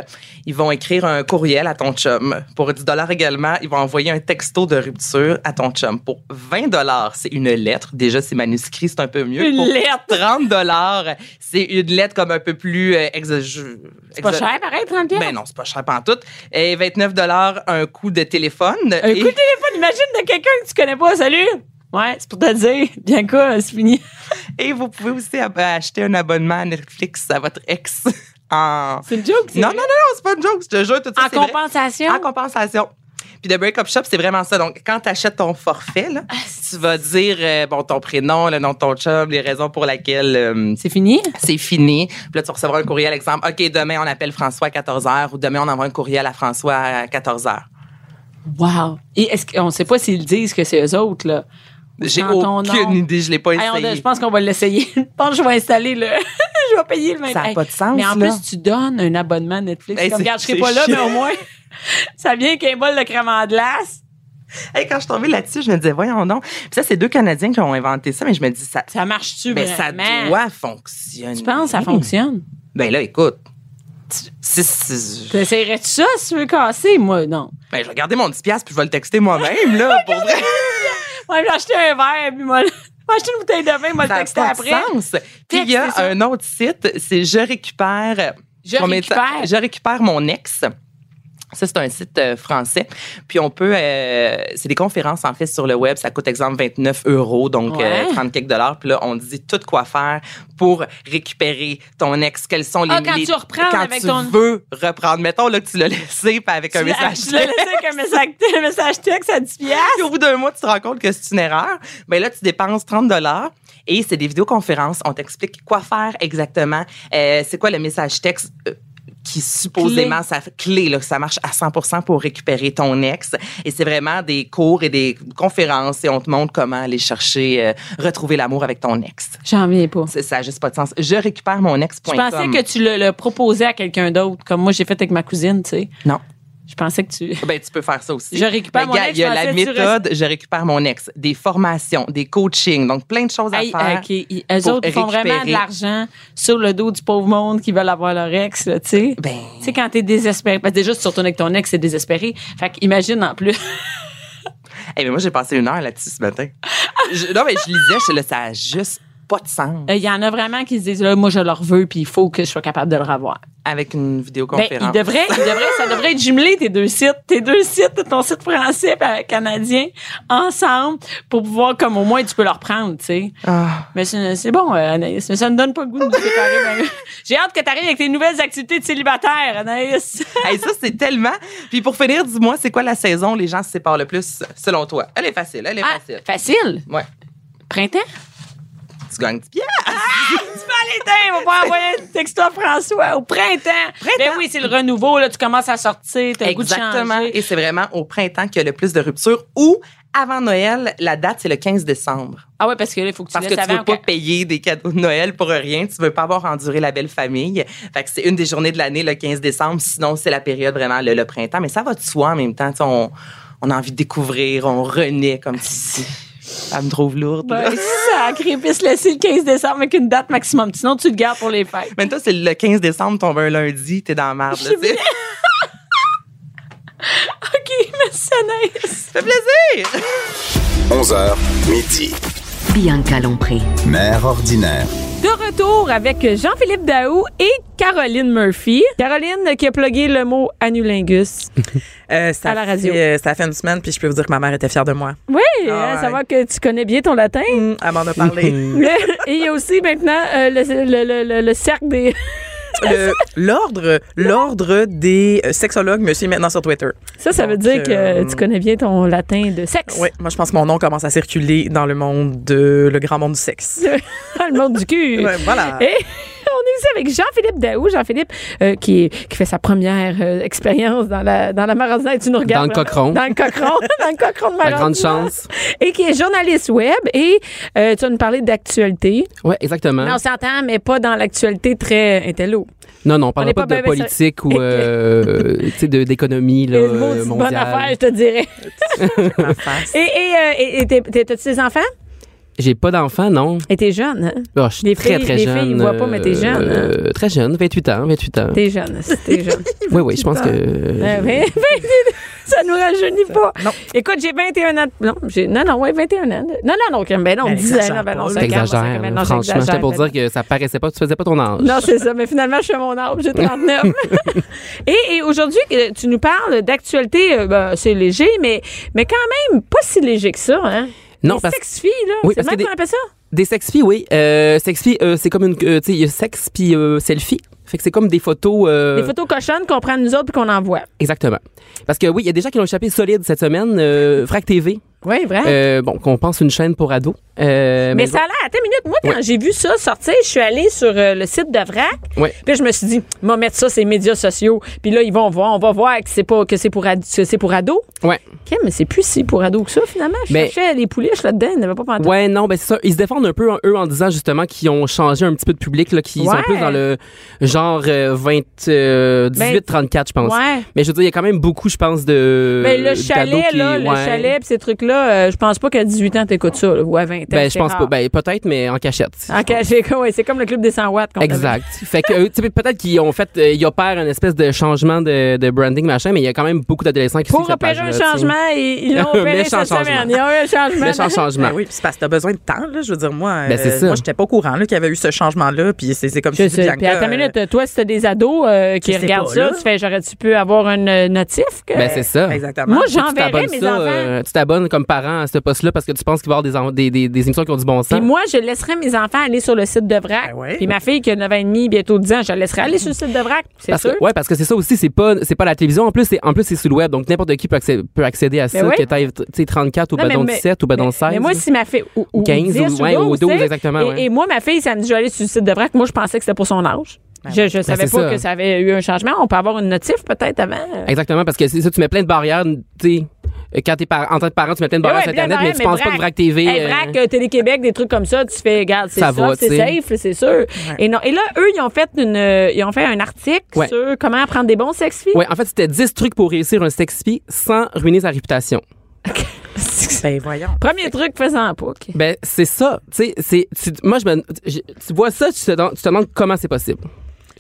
ils vont écrire un courriel à ton chum. Pour 10 dollars également, ils vont envoyer un texto de rupture à ton chum. Pour 20 dollars, c'est une lettre. Déjà, c'est manuscrit, c'est un peu mieux.
Une
Pour
lettre.
30 dollars, c'est une lettre comme un peu plus euh, exo-
C'est pas
exo-
cher, pareil, 30 pièces.
ben non, c'est pas cher pantoute. Et 29 un coup de téléphone.
Un
Et-
coup de téléphone, imagine de quelqu'un que tu connais pas, salut! Ouais, c'est pour te dire, (laughs) bien quoi, c'est fini.
et vous pouvez aussi ab- acheter un abonnement à Netflix à votre ex (laughs) en...
C'est une joke, c'est
Non, non, non,
vrai?
non, c'est pas une joke, je te jure, tout ça,
En
c'est vrai.
compensation?
En compensation. Puis le break-up shop, c'est vraiment ça. Donc, quand tu achètes ton forfait, là,
Ah,
tu vas dire euh, bon, ton prénom, le nom de ton chum, les raisons pour lesquelles euh,
C'est fini?
c'est fini. Puis là, tu recevras un courriel, exemple, OK, demain, on appelle François à 14h ou demain, on envoie un courriel à François à 14h.
Wow! Et est-ce qu'on sait pas s'ils disent que c'est eux autres, là?
J'ai
Dans ton
aucune
nom.
idée, je l'ai pas
Hey, on-
essayé.
je pense qu'on va l'essayer. (laughs) Je pense que je vais installer le. (laughs) je vais payer le même.
Ça a
Hey,
pas de sens,
Mais en
là.
plus, tu donnes un abonnement à Netflix.
Hey,
Comme,
c'est-
regarde, je serai
c'est
pas là,
chiant.
mais au moins, (laughs) ça vient qu'un bol de crème en glace.
Hey, quand je suis tombée là-dessus, je me disais, voyons donc. Puis ça, c'est deux Canadiens qui ont inventé ça, mais je me dis, ça,
Ça marche-tu
ben, ça
vraiment?
doit fonctionner.
Tu penses que ça fonctionne?
Ben là, écoute. tu- si- si-
T'essayerais-tu ça si tu veux casser? Moi, non.
ben, je vais garder mon 10$ piastres, puis je vais le texter moi-même, là, pour vrai.
Moi, j'ai acheté un verre, puis moi, (laughs) j'ai acheté une bouteille de vin, moi, le
Ça n'a
texté
pas de
après.
sens. Puis il y
Texte, c'est ça.
a un autre site, c'est Je récupère.
Je
Combien de temps-
récupère.
Je récupère mon ex. Ça, c'est un site euh, français. Puis on peut. euh, c'est des conférences, en fait, sur le web. Ça coûte, exemple, 29 euros, donc euh,
Ouais.
30 quelques dollars. Puis là, on dit tout quoi faire pour récupérer ton ex. Quels sont les.
Ah, quand
les-
tu reprends
quand
avec
tu
ton-
veux reprendre. Mettons là, que tu l'as laissé, puis avec un
Tu l'as-
message.
Tu l'as laissé avec un message, un message texte à 10
Puis au bout d'un mois, tu te rends compte que c'est une erreur. Ben là, tu dépenses 30 dollars et c'est des vidéoconférences. On t'explique quoi faire exactement. Euh, c'est quoi le message texte euh, qui supposément ça clé là, que ça marche à 100% pour récupérer ton ex et c'est vraiment des cours et des conférences et on te montre comment aller chercher euh, retrouver l'amour avec ton ex.
J'en viens pas.
C'est- Ça n'a juste pas de sens. Je récupère mon ex.
Je pensais que tu le, le proposais à quelqu'un d'autre, comme moi j'ai fait avec ma cousine, tu sais.
non.
Je pensais que tu.
Ben, tu peux faire ça aussi.
Je récupère
Ben,
mon
gars,
ex,
Il y a
je
la
pensais que tu
méthode, je récupère mon ex, des formations, des coachings, donc plein de choses à
Hey,
faire.
ok, ils- Eux
pour
autres, ils font vraiment de
récupérer.
l'argent sur le dos du pauvre monde qui veulent avoir leur ex, là, tu sais.
Ben,
Tu sais, quand t'es désespéré, parce que déjà, si tu retournes avec ton ex, c'est désespéré. Fait qu'imagine en plus. (laughs)
hey, mais moi, j'ai passé une heure là-dessus ce matin. Je- non, mais je lisais, je, là, ça a juste pas de sens.
Il y en a vraiment qui se disent, là, moi, je le veux, puis il faut que je sois capable de le revoir.
Avec
Ben,
une
il
vidéoconférence.
devrait, il devrait, ça devrait être jumelé, tes deux sites, tes deux sites, ton site français et euh, canadien, ensemble, pour pouvoir, comme au moins, tu peux le reprendre, tu sais.
Ah,
Mais c'est c'est bon, euh, Anaïs, mais ça ne donne pas le goût de nous séparer. ben, (laughs) J'ai hâte que tu arrives avec tes nouvelles activités de célibataire, Anaïs.
hey, ça, c'est tellement. Puis pour finir, dis-moi, c'est quoi la saison où les gens se séparent le plus, selon toi? Elle est facile, elle est
Ah,
facile.
facile.
Ouais,
Printemps?
tu gagnes 10 piastres.
Tu Valentin, on va pas envoyer un texto à François au printemps. Ben oui, c'est le renouveau, là, tu commences à sortir, t'as le goût de
Exactement.
changer.
Et c'est vraiment au printemps qu'il y a le plus de ruptures ou avant Noël, la date, c'est le 15 décembre.
Ah ouais, parce que là, il faut que tu
Parce que
laisses
tu
avant.
veux pas payer des cadeaux de Noël pour rien. Tu veux pas avoir enduré la belle famille. Fait que c'est une des journées de l'année, le 15 décembre. Sinon, c'est la période vraiment, le, le printemps. Mais ça va de soi en même temps. Tu sais, on, on a envie de découvrir, on renaît comme si. Ça me trouve lourde. là.
Ben, (laughs)
(laughs)
sacré, puis se laisser le 15 décembre avec une date maximum. Sinon, tu le gardes pour les fêtes.
Mais toi, c'est le 15 décembre, tombe un lundi, t'es dans la marde. là,
Je
tu sais.
viens. (laughs) OK, merci Anaïs.
Ça fait plaisir!
11h, midi.
Bianca Lompré.
Mère ordinaire.
De retour avec Jean-Philippe Daou et Caroline Murphy. Caroline qui a plugué le mot
(laughs)
anulingus.
Euh, ça
À la
fait,
radio.
euh, ça fait une semaine, puis je peux vous dire que ma mère était fière de moi.
Oui,
Ah
hein,
ouais.
ça va que tu connais bien ton latin.
Hum, elle m'en a parlé.
Mm.
(laughs) et il y a aussi maintenant euh, le, le- le- le- le cercle des...
(laughs)
(laughs)
Le- L'ordre, l'ordre des euh, sexologues me suit maintenant sur Twitter.
Ça, ça veut
Donc,
dire que
euh,
tu connais bien ton latin de sexe.
Oui, moi je pense que mon nom commence à circuler dans le monde de le grand monde du sexe.
Ah,
ben
le monde du cul.
Ouais, voilà.
Et (laughs) on est aussi avec Jean-Philippe Daou. Jean-Philippe, euh, qui, qui fait sa première euh, expérience dans la, dans la marathon et tu nous regardes.
Dans le cochon.
Dans le cochon. (laughs) dans le cochon de
La
Marathon.
grande chance.
Et qui est journaliste web. Et euh, tu vas nous parler d'actualité.
Oui, exactement.
Mais on
Non,
s'entend, mais pas dans l'actualité très intello.
non, on
on est
parlera pas,
pas ben,
de
ben,
politique ou
(laughs)
euh, tu sais, de- d'économie là,
Le mot
euh,
dit bonne affaire, je
mondiale.
te (laughs) dirais.
Ma face.
Et et, euh, et- et t'es- t'es- t'as-tu des enfants?
J'ai pas d'enfant, non.
Et t'es jeune, hein?
Ah, je suis
Les
très,
filles-
très
les
jeune.
filles, ils voient pas, mais t'es jeune, hein.
euh, Très jeune, 28 ans, 28 ans.
T'es jeune, si t'es jeune.
Oui, oui, je pense que...
Euh, mais- (laughs) ça nous rajeunit pas.
Non.
Écoute, j'ai 21 ans. de- Non, j'ai- non, non, ouais, 21 ans. de- Non, non, non, ok, ben non,
Ben,
10 ans.
exagère
non, Ben non,
pas, là.
50,
T'exagères,
50, ben non,
là, franchement.
j'exagère,
C'était pour
ben
dire que ça paraissait pas, tu faisais pas ton âge.
Non, c'est ça. Mais finalement, je suis à mon âge. J'ai
(laughs)
39. et et aujourd'hui, que tu nous parles d'actualité. euh, ben, c'est léger, mais, mais quand même pas si léger que ça. Hein?
Non,
Les
parce-
sex-filles, là.
Oui,
c'est
parce
même
que
qu'on appelle ça?
Des sex-filles, oui. Euh, sex-filles, euh, c'est comme une... euh, tu sais, il y a sex puis euh, selfie. Fait que c'est comme des photos... euh,
Des photos cochonnes qu'on prend nous autres puis qu'on envoie.
Exactement. Parce que oui, il y a des gens qui l'ont échappé solide cette semaine. Euh, Frac TV,
Oui, vrai.
euh, bon, qu'on pense une chaîne pour ados. Euh,
Ah. mais ça a l'air. Attends une minute. Moi, quand
Ouais.
j'ai vu ça sortir, je suis allée sur euh, le site de Vrac.
Ouais.
Puis je me suis dit, m'a mettre ça ces médias sociaux. Puis là, ils vont voir, on va voir que c'est pas que c'est pour ad- que c'est pour ados.
Ouais.
OK, mais c'est plus si pour ados que ça finalement. Je
Mais-
cherchais les pouliches là-dedans, ils n'avaient pas pantoute.
Ouais, non, ben c'est ça. Ils se défendent un peu, en- eux, en disant justement qu'ils ont changé un petit peu de public, là, qu'ils
Ouais.
sont plus dans le genre euh, 20, euh, 18,
Ben,
34, je pense.
ouais.
Mais je veux dire, il y a quand même beaucoup, je pense, de.
Mais le
d'ados
chalet,
qui-
là, le
ouais.
chalet, pis ces trucs-là, euh, je pense pas qu'à 18 ans, t'écoutes ça, là, ou à 20 ans.
Ben, je
c'est
pense
rare. Ah,
pas. Ben, peut-être, mais en cachette.
OK, j'ai- ouais, c'est comme le club des 100 watts. qu'on
Exact. fait que euh, tu sais, peut-être qu'ils ont fait, euh, ils opèrent une espèce de changement de, de branding machin, mais il y a quand même beaucoup d'adolescents qui
avait. Pour
suivent cette
opérer un
page-là, tu sais.
changement, ils ils l'ont
(laughs) Un
opéré
méchant
cette semaine.
changement.
Il y a eu un changement.
Méchant changement.
Ben oui, puis c'est parce que t'as besoin de temps, là. Je veux dire, moi, euh,
Ben, c'est ça.
moi j'étais pas au courant là, qu'il y avait eu ce changement-là, puis c'est c'est comme
Je
tu dis,
sais.
Bianca,
Puis attends
euh,
une minute, toi, si t'as des ados euh, qui
sais
regardent
pas,
ça,
là.
tu fais, j'aurais-tu pu avoir un euh, notif? que-
Ben, c'est ça.
euh, Exactement.
Moi,
Tu
j'enverrais
t'abonnes
mes
ça,
enfants.
euh, tu t'abonnes comme parent à ce poste-là parce que tu penses qu'il va y avoir des en- des, des, des émissions qui ont du bon
Puis
sens.
moi, je laisserais mes enfants aller sur le site de Vrac.
Ben ouais.
Puis ma fille qui a 9 ans et demi, bientôt 10 ans, je la laisserais aller sur le site de Vrac, c'est
Parce
sûr.
que, ouais, parce que c'est ça aussi, c'est pas, c'est pas la télévision. En plus, c'est, en plus, c'est sur le web. Donc, n'importe qui peut, accé- peut accéder à ça,
Ben oui.
que t'ailles, tu sais, 34 ou
Non, mais-
badon
mais-
17 ou badon 16.
Mais moi, si ma fille. Ou, ou
15 ou-
10
ouais, ou 12,
tu sais.
exactement,
Et,
ouais.
et moi, ma fille, ça me dit, je vais aller sur le site de Vrac. Moi, je pensais que c'était pour son âge. Je, je savais
Ben c'est
pas
ça.
que ça avait eu un changement. On peut avoir une notif peut-être avant. euh,
Exactement, parce que c'est ça, tu mets plein de barrières, tu sais. euh, Quand t'es par- en tant que parent, tu mets plein de
Ben
barrières
ouais,
sur Internet,
puis
mais
là,
tu penses pas que
Vrac
Vrac TV.
Hey,
euh,
Vrac, euh, Télé-Québec, des trucs comme ça, tu fais, regarde, c'est
Ça
ça,
va,
c'est
tu sais.
safe, c'est sûr. Et, non, et là, eux, ils ont fait, une, euh, ils ont fait un article
Ouais.
sur comment prendre des bons sex filles.
Ouais, en fait, c'était 10 trucs pour réussir un sexy sans ruiner sa réputation.
Ben voyons.
Premier truc, fais-en pas. ok.
Ben, c'est ça. Tu sais, c'est, tu- moi, je me, je- tu vois ça, tu te, demandes- tu te demandes comment c'est possible.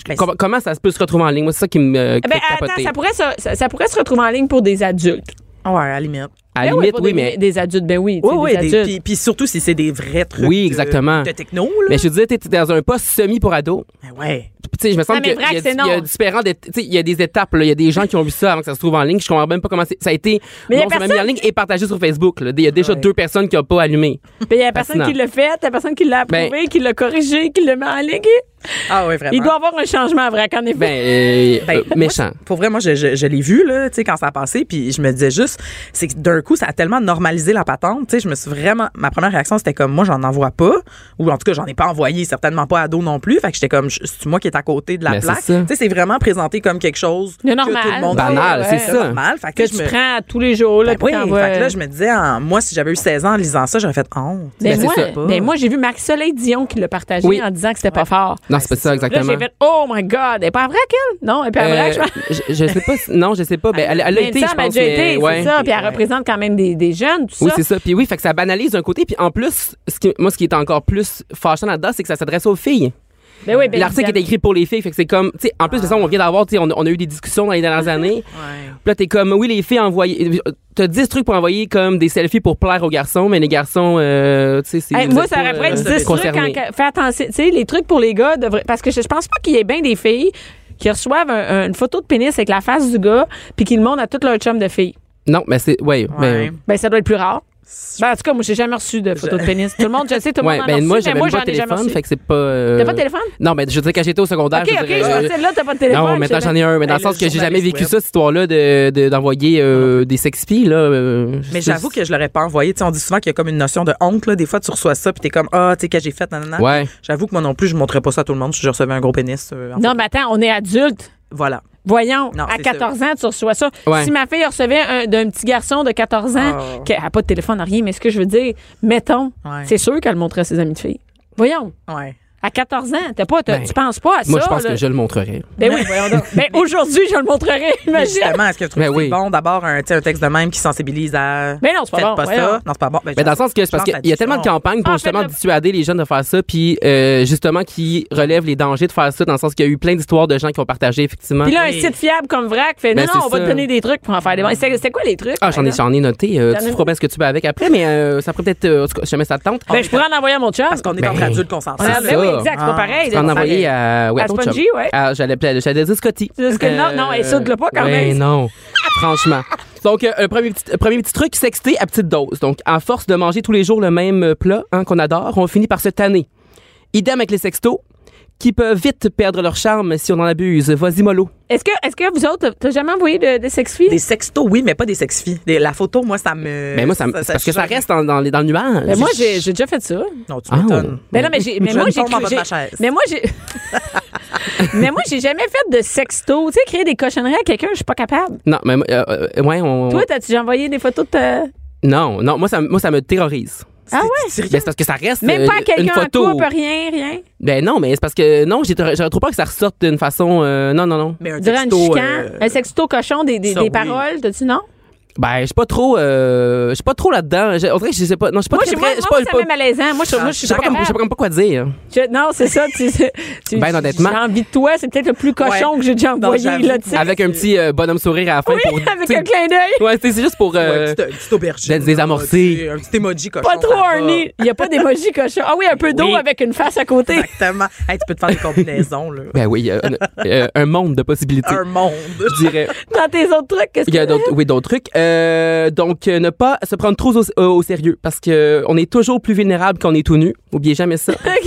Ben,
Com- comment ça se peut se retrouver en ligne? Moi, c'est ça qui me. euh, qui
Ah ben,
me fait
attends,
capoter.
ça pourrait, se- ça, ça pourrait se retrouver en ligne pour des adultes.
c'est- ouais, à la limite.
À
Ben
la
ouais,
limite,
pour des,
oui, mais.
Des adultes, ben oui, tu
Oui,
sais,
oui.
des
des-
adultes.
Puis, puis surtout si c'est des vrais trucs.
Oui,
de-
exactement.
De, techno, là.
Mais je te disais, t'es t'es dans un poste semi-pour-ado.
Ben ouais.
Tu sais, je me sens
Ah, mais
qu'il y a,
Vrac,
il y a-
c'est
il y a
non.
différents. dé- Tu sais, il y a des étapes, là. Il y a des gens qui ont vu ça avant que ça se trouve en ligne. Je comprends même pas comment c'est. Ça a été.
Mais il y a
non, ça m'a mis en
personne
ligne et partagé sur Facebook, là. Il y a déjà deux personnes qui n'ont pas allumé.
Puis il Ben, y a la personne
Fascinant.
qui l'a fait, la personne qui l'a approuvé,
Ben-
qui l'a corrigé, qui le met en ligne.
Ah ouais, vraiment.
Il doit avoir un changement à Vrac, en effet.
Ben, euh,
Ben,
euh,
moi,
méchant.
c'est- Pour vrai, moi, je, je, je l'ai vu, là, tu sais, quand ça a passé, puis je me disais juste, c'est que d'un coup, ça a tellement normalisé la patente, tu sais, je me suis vraiment, ma première réaction, c'était comme, moi, j'en envoie pas, ou en tout cas, j'en ai pas envoyé, certainement pas à dos non plus, fait que j'étais comme, je- c'est moi qui est à côté de la
Ben, c'est
plaque. Tu
ça.
sais, c'est vraiment présenté comme quelque chose
De
que
normal.
tout le monde
Banal,
fait.
c'est
C'est
ça.
normal, fait que,
que
je
tu
me-
prends tous les jours. Là,
Ben oui,
puis t'envoies-
fait que là, je me disais, en- moi, si j'avais eu 16 ans en lisant ça, j'aurais fait oh, honte.
Ben
Ben, c'est
moi,
ça.
ben moi, j'ai vu Marc-Soleil Dion qui l'a partagé
Oui.
en disant que c'était pas fort.
Non, c'est pas ça,
Là,
exactement.
j'ai fait Oh my God, elle est pas vraie qu'elle? Non, elle est pas vraie, je
Euh,
pense.
je, je sais pas. si- Non, je sais pas. Ben, elle, elle a
Mais
été,
ça,
je
elle a
pense.
déjà
mais-
été, c'est
ouais.
ça. Puis elle représente quand même des, des jeunes, tout
Oui,
ça.
c'est ça. Puis oui, fait que ça banalise d'un côté. Puis en plus, ce qui- moi, ce qui est encore plus fâchant là-dedans, c'est que ça s'adresse aux filles.
Ben oui, ben Ah.
L'article est
évidemment.
écrit pour les filles. Fait que c'est comme, tu sais, en plus de ça, on vient d'avoir, tu sais, on, on a eu des discussions dans les
Mhm.
dernières années. Puis là, t'es comme, oui, les filles envoyées. euh, T'as 10 trucs pour envoyer comme des selfies pour plaire aux garçons, mais les garçons, euh, tu sais, c'est.
Hey,
vous
moi,
êtes
ça
pas,
aurait pu être 10
euh,
trucs.
concernés.
en- Fais attention. Tu sais, les trucs pour les gars, devraient- parce que je, je pense pas qu'il y ait bien des filles qui reçoivent un- un- une photo de pénis avec la face du gars puis qui le montrent à tout leur chum de filles.
Non, mais c'est. Ouais, ben,
Ben, ça doit être plus rare. Ben, en tout cas, moi, j'ai jamais reçu de photo de pénis. Tout le monde, je sais, tout le
ouais,
monde en a
ben
reçu,
moi,
mais
j'avais
moi,
même
j'en
pas de
ai jamais
téléphone.
reçu.
Fait que c'est pas. euh,
T'as pas de téléphone?
Non, mais je veux dire, quand j'étais au secondaire,
OK,
je
OK,
dirais,
je
euh,
pensais, là, t'as pas de téléphone.
Non, maintenant j'en ai un, mais dans le sens que j'ai jamais vécu
web.
ça, cette histoire-là de- de- d'envoyer de, des sexpies, là. euh,
Mais
c'est-
j'avoue que je l'aurais pas envoyé. Tu sais, on dit souvent qu'il y a comme une notion de honte. Là. Des fois, tu reçois ça, puis t'es comme, ah, tu sais, qu'est-ce que j'ai fait, nanana.
Ouais.
J'avoue que moi non plus, je montrais pas ça à tout le monde si je recevais un gros pénis. euh, en
Non,
fait.
mais attends, on est adulte.
Voilà.
Voyons,
Non,
à
c'est ça.
14 ans, tu reçois ça.
Ouais.
Si ma fille recevait un- d'un petit garçon de 14 ans,
Oh.
qui n'a pas de téléphone, rien, mais ce que je veux dire, mettons,
Ouais.
c'est sûr qu'elle le montrait à ses amis de filles. Voyons,
Ouais.
à 14 ans, t'as pas, t'as-
Ben,
tu penses pas à ça.
Moi, je pense
là.
que je le montrerai.
Ben oui, voyons donc. Ben aujourd'hui, je le montrerai, (laughs)
Mais
imagine.
justement, est-ce que tu trouves
Ben
que c'est
oui.
bon d'abord un, tu sais, un texte de même qui sensibilise à.
Mais Ben non, c'est pas
Faites
bon,
pas
voyons.
ça. Non, c'est pas bon. Ben,
Mais dans le sens que c'est parce
je pense
qu'il y a tellement de
discussion-
campagnes pour
Ah,
justement
faites-le.
dissuader les jeunes de faire ça, puis euh, justement qui relèvent les dangers de faire ça, dans le sens qu'il y a eu plein d'histoires de gens qui ont partagé, effectivement.
Puis là, un site fiable comme Vrac fait, non,
Ben,
non,
c'est
on va
ça.
te donner des trucs pour en faire des bons. C'était c'était quoi les trucs? Ben,
Ah,
par
j'en ai,
exemple?
j'en ai noté. euh,
J'en ai-
tu feras bien ce que tu veux avec après, mais euh, ça pourrait peut-être. euh, en tout cas, si jamais ça te tente.
Ben, je pourrais en envoyer à mon chum.
Parce qu'on est
Ben,
entre adultes
Ah,
consentants.
c'est
là.
ben oui,
ça.
exact, c'est pas
Ah.
pareil.
Tu vas en
là,
envoyer à. Ouais,
À
ton chum.
Spongy, ouais.
Ah, J'allais j'allais dire Scotty. Euh,
Parce que non, non, elle saute-le pas quand
ouais,
même.
non. Franchement. Donc, euh, un premier petit, un premier petit truc, sexter à petite dose. Donc, à force de manger tous les jours le même euh, plat hein, qu'on adore, on finit par se tanner. Idem avec les sextos, qui peuvent vite perdre leur charme si on en abuse. Vas-y, mollo.
Est-ce que, est-ce que vous autres, t'as jamais envoyé de, de sex filles?
Des sextos, oui, mais pas des sexfies. Des- La photo, moi, ça me.
Mais Ben, moi, ça, me- c'est parce que ça
choque.
reste dans, dans les- dans le nuage.
Ben, moi, j'ai, j'ai déjà fait ça.
Non, tu
Ah,
m'étonnes.
Ben non, mais, j'ai, mais
Je
moi,
ne
j'ai,
tombe pas
cru-
de ma
j'ai-
chaise.
Mais moi,
(laughs)
j'ai. mais moi, j'ai jamais fait de sexto. Tu sais, créer des cochonneries à quelqu'un, je suis pas capable.
Non, mais euh, euh, ouais, on.
Toi, t'as-tu déjà envoyé des photos de ta.
Non, non, moi ça, me- moi, ça me terrorise.
Ah ouais?
Ben, c'est parce que ça reste
Même
euh,
pas à
une
quelqu'un en
photo.
couple, rien, rien.
ben non, mais c'est parce que non, j'ai- j'aurais trop peur que ça ressorte d'une façon. euh, non, non, non.
Mais un
Durant une
texto,
chicane,
euh,
un sexto cochon, des, des,
ça,
des
oui.
paroles, t'as-tu non?
Ben, je suis pas trop, euh, je suis pas trop là-dedans. Je- On dirait que je sais pas. Non, je suis pas
Moi,
très,
j'ai- moi,
très- je suis
moi,
pas-
ça
pas- Ah,
me met malaisant. Moi, je, moi, je
je
suis
sais
pas
pas, comme, je sais
capable.
pas comme- pas quoi dire.
Je- non, c'est ça. Tu, tu-
Ben, honnêtement.
J'ai envie de toi. C'est peut-être le plus cochon
Ouais.
que j'ai déjà
Non,
envoyé.
j'avoue. Ah,
là, tu sais.
Avec un petit euh, bonhomme sourire à la fin
Oui,
pour.
avec
tu sais,
un clin d'œil.
Ouais, c'est c'est juste pour.
Ouais,
euh,
une petite- une petite aubergine.
d'être désamorcé.
là, tu sais, Un petit emoji cochon.
Pas trop
ça va.
un nez. Il n'y a pas d'émoji cochon. Ah oui, un peu d'eau
Oui.
avec une face à côté.
Exactement. Hey, tu peux te faire des combinaisons,
(laughs)
là.
Ben oui, euh, euh, un monde de possibilités.
Un monde.
Je dirais.
Dans tes autres trucs, qu'est-ce
Il y a
que
d'autres, oui, d'autres trucs. Euh, donc, euh, ne pas se prendre trop au, euh, au sérieux parce que euh, on est toujours plus vulnérable quand on est tout nu. Oubliez
(laughs)
jamais ça. Ben,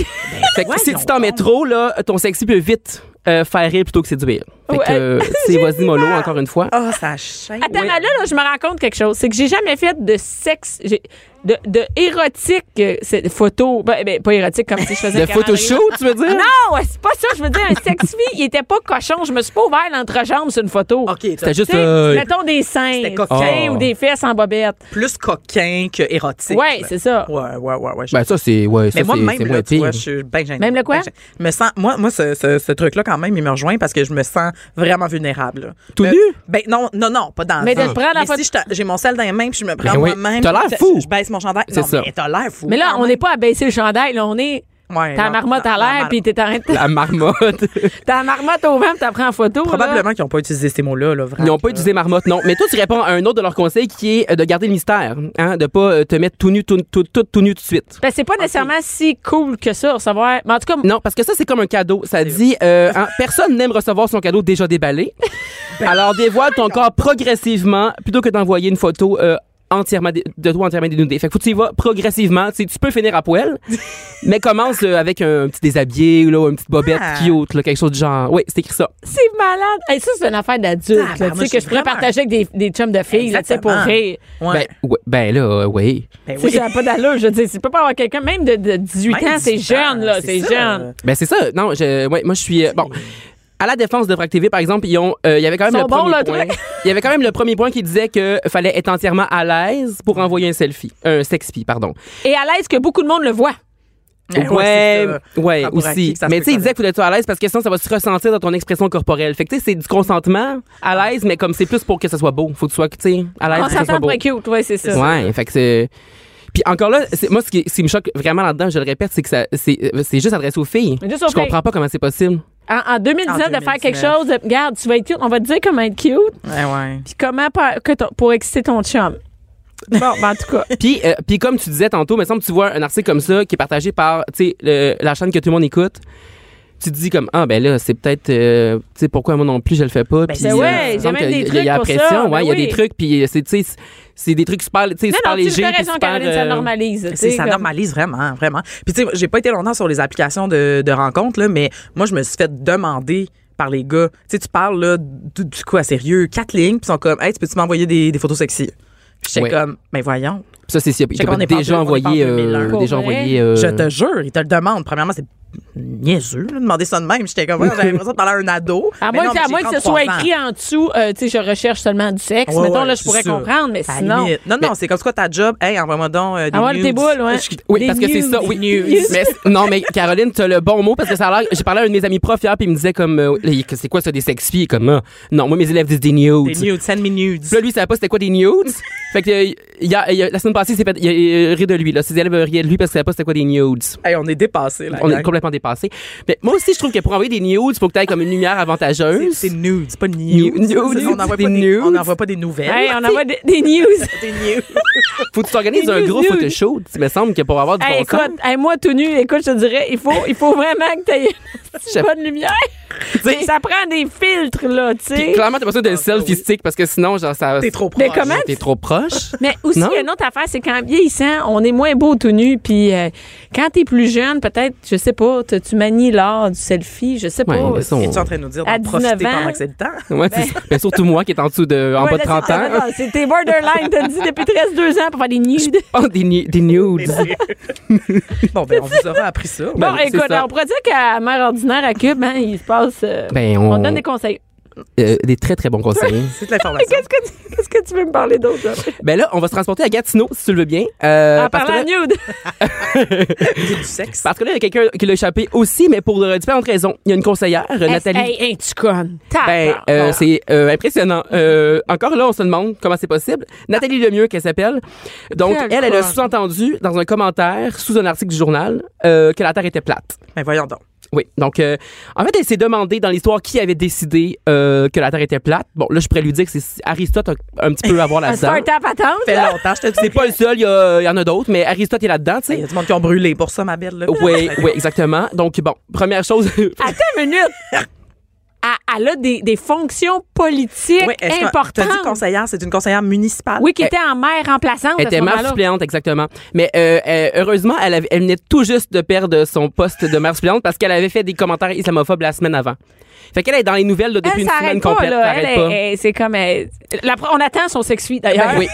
fait que si tu t'en mets trop, là, ton sexy peut vite euh, faire rire plutôt que séduire. Fait
Ouais.
que euh,
(laughs)
c'est vas-y mollo encore une fois.
Ah, ça chaîne.
Attends, mais là, là, je me rends compte quelque chose. C'est que j'ai jamais fait de sexe. j'ai- de, de érotique, euh, cette photo, ben, ben, pas érotique comme si je faisais
(laughs) Le
un calendrier.
photoshoot, tu veux dire?
Non, c'est pas ça. Je veux dire, un sexy, il était pas cochon. Je me suis pas ouvert l'entrejambe sur une photo.
OK,
C'était
t'as
juste.
Tu sais,
euh,
mettons des seins,
C'était
tu sais,
coquin.
ou des fesses en bobette.
plus coquin que érotique.
Ouais,
là.
c'est ça.
Ouais, ouais, ouais, ouais.
Ben, ça, c'est. Ouais, ça,
mais moi,
c'est- c'est
même,
moins
là, tu vois,
pire. (laughs)
je suis bien gênée.
Même le quoi?
Ben gênée. Je me sens, moi, moi ce, ce- ce truc-là, quand même, il me rejoint parce que je me sens vraiment vulnérable. là.
Tout
Mais-
nu?
Ben, non, non, non, pas dans
Mais de
le
te prendre la
Mais
photo-
si je te- j'ai mon sel dans les mains puis je me prends
Ben oui.
moi-même.
T'as l'air
je-
fou.
Je, baisse mon chandail.
C'est
Non,
ça.
mais t'as l'air fou.
Mais là, on n'est pas à baisser le chandail. Là, on est.
Ouais,
T'as la
non,
marmotte
non,
à
la
l'air,
mar-
puis t'es en-
La
(laughs)
marmotte.
t'as la marmotte au vent, puis t'as pris en photo. là.
Probablement qu'ils n'ont pas utilisé ces mots-là, là, vraiment.
Ils n'ont pas
là.
utilisé marmotte, non. Mais toi, tu réponds à un autre de leurs conseils qui est euh, de garder le mystère, hein, de pas euh, te mettre tout nu, tout, tout, tout, tout nu tout de suite.
Ben, c'est pas nécessairement si cool que ça, recevoir. Mais en tout cas,
Non, parce que ça, c'est comme un cadeau. Ça dit, euh, hein, personne n'aime recevoir son cadeau déjà déballé.
Ben
Alors, dévoile ton corps progressivement plutôt que d'envoyer une photo euh, entièrement dé- de toi entièrement dénudé. Fait que faut que tu y vas progressivement. Tu, sais, tu peux finir à
(laughs)
poil, mais commence euh, avec un, petit déshabillé, là, ou une petite bobette
Ah.
cute, là, quelque chose de genre. Oui, c'est écrit ça.
c'est malade. Et ça, c'est une affaire d'adulte,
Ah,
là,
ben,
tu
moi,
sais, que je
c'est
pourrais
vraiment-
partager avec des, des chums de filles, là, tu sais, pour
Exactement.
rire.
Ouais.
Ben, ouais, ben là, euh, oui.
Ben
Tu
oui.
sais, ça n'a pas d'allure. Je veux dire, tu peux pas avoir quelqu'un, même de, de 18
Même
ans, c'est
18 ans,
jeune, là, c'est
ça.
jeune.
Ben c'est ça. Non, je, ouais, moi je suis euh, bon. À la défense de Fractivé, par exemple, ils ont, euh, il y avait quand
Ils
même le
sont bons,
premier
là,
point.
toi.
Il y avait quand même le premier point qui disait que fallait être entièrement à l'aise pour envoyer un selfie, un sexpie, pardon.
Et à l'aise que beaucoup de monde le voit.
Ben
ouais,
ouais, c'est ça.
ouais,
Ah, pour
aussi.
acquis que ça se
Mais
peut
tu sais, il disait
connaître.
qu'il faut être à l'aise parce que sinon ça va se ressentir dans ton expression corporelle. Fait que tu sais, c'est du consentement à l'aise, mais comme c'est plus pour que ça soit beau, faut que tu sois, tu sais, à
Ah,
l'aise
On
pour que ça
s'entend
soit Ah, beau.
pour être cute, ouais, c'est ça.
Ouais, fait que c'est. Puis encore là, c'est- moi, ce qui, ce qui me choque vraiment là-dedans, je le répète, c'est que ça, c'est c'est juste adressé aux filles.
Juste aux
je comprends
filles.
pas comment c'est possible. (laughs)
En, en 2019, de faire
2019.
quelque chose, de- regarde, tu vas être cute, on va te dire comment être cute,
Ouais, ouais.
puis comment pa- que ton- pour exciter ton chum. Bon, ben, en tout cas.
Puis, euh, puis comme tu disais tantôt, mais semble que tu vois un article comme ça qui est partagé par tu sais, le- la chaîne que tout le monde écoute. Tu te dis comme ah ben là c'est peut-être euh, tu sais pourquoi moi non plus je le fais pas. Puis,
c'est
euh,
ouais,
il me
Ben j'ai
semble
même
que
des
y a-
trucs
y a la
pour ça,
pression,
ben
ouais, il y a
oui.
des trucs puis euh, c'est tu sais c'est- c'est des trucs super tu sais
Non,
super
non, tu
légers.
as
puis
raison,
super,
Caroline, ça
euh,
normalise. tu
C'est
sais,
ça
comme-
normalise vraiment, vraiment. Puis tu sais, j'ai pas été longtemps sur les applications de, de rencontres, là, mais moi, je me suis fait demander par les gars. Tu sais, tu parles là, du, du quoi, sérieux, quatre lignes, puis ils sont comme, hey, tu peux-tu m'envoyer des, des photos sexy? Puis j'étais
Ouais.
comme, mais voyons.
ça c'est si il
sais
t'a
qu'on est
déjà
parti- on est parti
envoyé
en 2001.
euh,
Pour
déjà
vrai.
envoyé euh,
Je te jure, ils te le demandent. Premièrement, c'est niaiseux, là, de demander ça de même. J'étais comme, ouais, j'avais l'impression de parler à un ado.
À
Mais
moins,
non,
que,
mais
à
j'ai
moins que ce
33
soit
ans.
écrit en dessous, euh, tu sais, je recherche seulement du sexe.
Ouais,
Mettons,
ouais,
là, je pourrais
c'est sûr.
comprendre, mais
À la
sinon.
limite. Non, non, c'est comme quoi ta job. Hey, envoie-moi donc euh, des
Ah ouais,
nudes.
tes boules, ouais.
Oui,
Des
parce que c'est
nudes.
ça. Oui. (laughs) Mais c'est- non, mais Caroline, tu as le bon mot parce que ça a l'air. J'ai parlé à un de mes amis profs hier, puis il me disait comme, euh, Les- c'est quoi ça des sexy comme euh, Non, moi mes élèves disent des nudes.
Des nudes, send me nudes.
Puis là, lui, il savait pas c'était quoi des
(laughs)
nudes. fait que euh, il y a- il y a- la semaine passée, il s'est fait- il a- il a ri de lui. Là. Ses élèves riaient de lui parce qu'ils savaient pas c'était quoi des nudes.
Hey, on est dépassé là.
On est complètement dépassés. Mais moi aussi, je trouve que pour envoyer des nudes, il faut que tu aies comme une lumière avantageuse.
C'est nude, c'est pas
Nude,
nude.
nude,
C'est- on n'envoie
des
pas des- on
nudes.
n'envoie pas des nouvelles.
Hey, on envoie des, des
(laughs)
news.
des nudes.
faut que tu t'organises
Des
un
nudes,
gros
nudes.
photoshoot. Il me semble que pour avoir du
Hey,
bon sens.
écoute, hey, moi tout nu, écoute, je te dirais, il faut, il faut vraiment que tu
(laughs)
aies une bonne lumière.
sais-
ça prend des filtres, là, tu
Puis
sais.
clairement, t'as pas besoin d'un selfie stick parce que sinon, genre, ça.
Ah, ben T'es Oh, trop
Mais
proche.
comment?
T'es trop proche.
Mais aussi,
Non?
il y a une autre affaire, c'est qu'en vieillissant, on est moins beau tout nu. Puis euh, quand t'es plus jeune, peut-être, je sais pas, tu tu manies l'art du selfie, je sais
Ouais,
pas.
mais ça, on-
Es-tu en train de nous dire
À
d'en profiter
19 ans.
pendant que c'est le temps?
Ouais, c'est ça. Mais surtout moi qui est en dessous de, en
Ben. Ouais,
bas de
là,
30
c'est-
ans.
non, c'est- T'es borderline, t'as dit depuis 13-2 ans pour faire des nudes.
Oh, des, nu- des nudes.
Bon, ben, on vous aura appris ça.
Bon,
Ben, c'est
écoute,
ça.
on pourrait dire qu'à Mère Ordinaire à Cube, hein, il se passe. euh,
Ben,
on...
on,
donne des conseils.
euh, des très, très bons conseils.
C'est de l'information.
Qu'est-ce que, tu... qu'est-ce que tu veux me parler d'autre? là?
ben là, on va se transporter à Gatineau, si tu le veux bien. Euh,
en
parce, que
parlant
là,
nude.
C'est du sexe.
parce que là, il y a quelqu'un qui l'a échappé aussi, mais pour euh, différentes raisons. Il y a une conseillère, euh, Nathalie.
Hey, ah, hey, tu connes.
Ben,
Tabarnak.
euh, c'est euh, impressionnant. Euh, encore là, on se demande comment c'est possible. Nathalie Lemieux, qu'elle s'appelle. Donc,
Quelle
elle, elle a
conne.
sous-entendu dans un commentaire, sous un article du journal, euh, que la Terre était plate.
Ben, voyons donc.
Oui. Donc, euh, en fait, elle s'est demandé dans l'histoire qui avait décidé euh, que la Terre était plate. Bon, là, je pourrais lui dire que c'est Aristote a un petit peu à
(laughs)
voir
un
là-dedans.
start-up à tente,
Ben,
Fait
là.
longtemps, je te
C'est
dis.
pas le seul, il y, a- il y en a d'autres, mais Aristote est là-dedans, tu
Il y
sais.
a du monde qui ont
(laughs)
brûlé pour ça, ma belle. là.
Oui, oui, exactement. Donc, bon, première chose, (laughs)
Attends une minute. elle- elle a des, des fonctions politiques
Oui, est-ce que-
importantes.
T'as dit conseillère, c'est une conseillère municipale.
Oui, qui était en maire remplaçante.
Eh, Elle
à
était
ce
mère
moment-là.
suppléante, exactement. Mais euh, euh, heureusement, elle, avait- elle venait tout juste de perdre son poste de mère suppléante parce qu'elle avait fait des commentaires islamophobes la semaine avant. Fait qu'elle est dans les nouvelles là,
Elle
depuis une
s'arrête
semaine
pas,
complète.
là.
Elle
Elle,
arrête pas.
elle- c'est comme. elle- la pro- on attend son sex-fee, d'ailleurs.
Ben oui.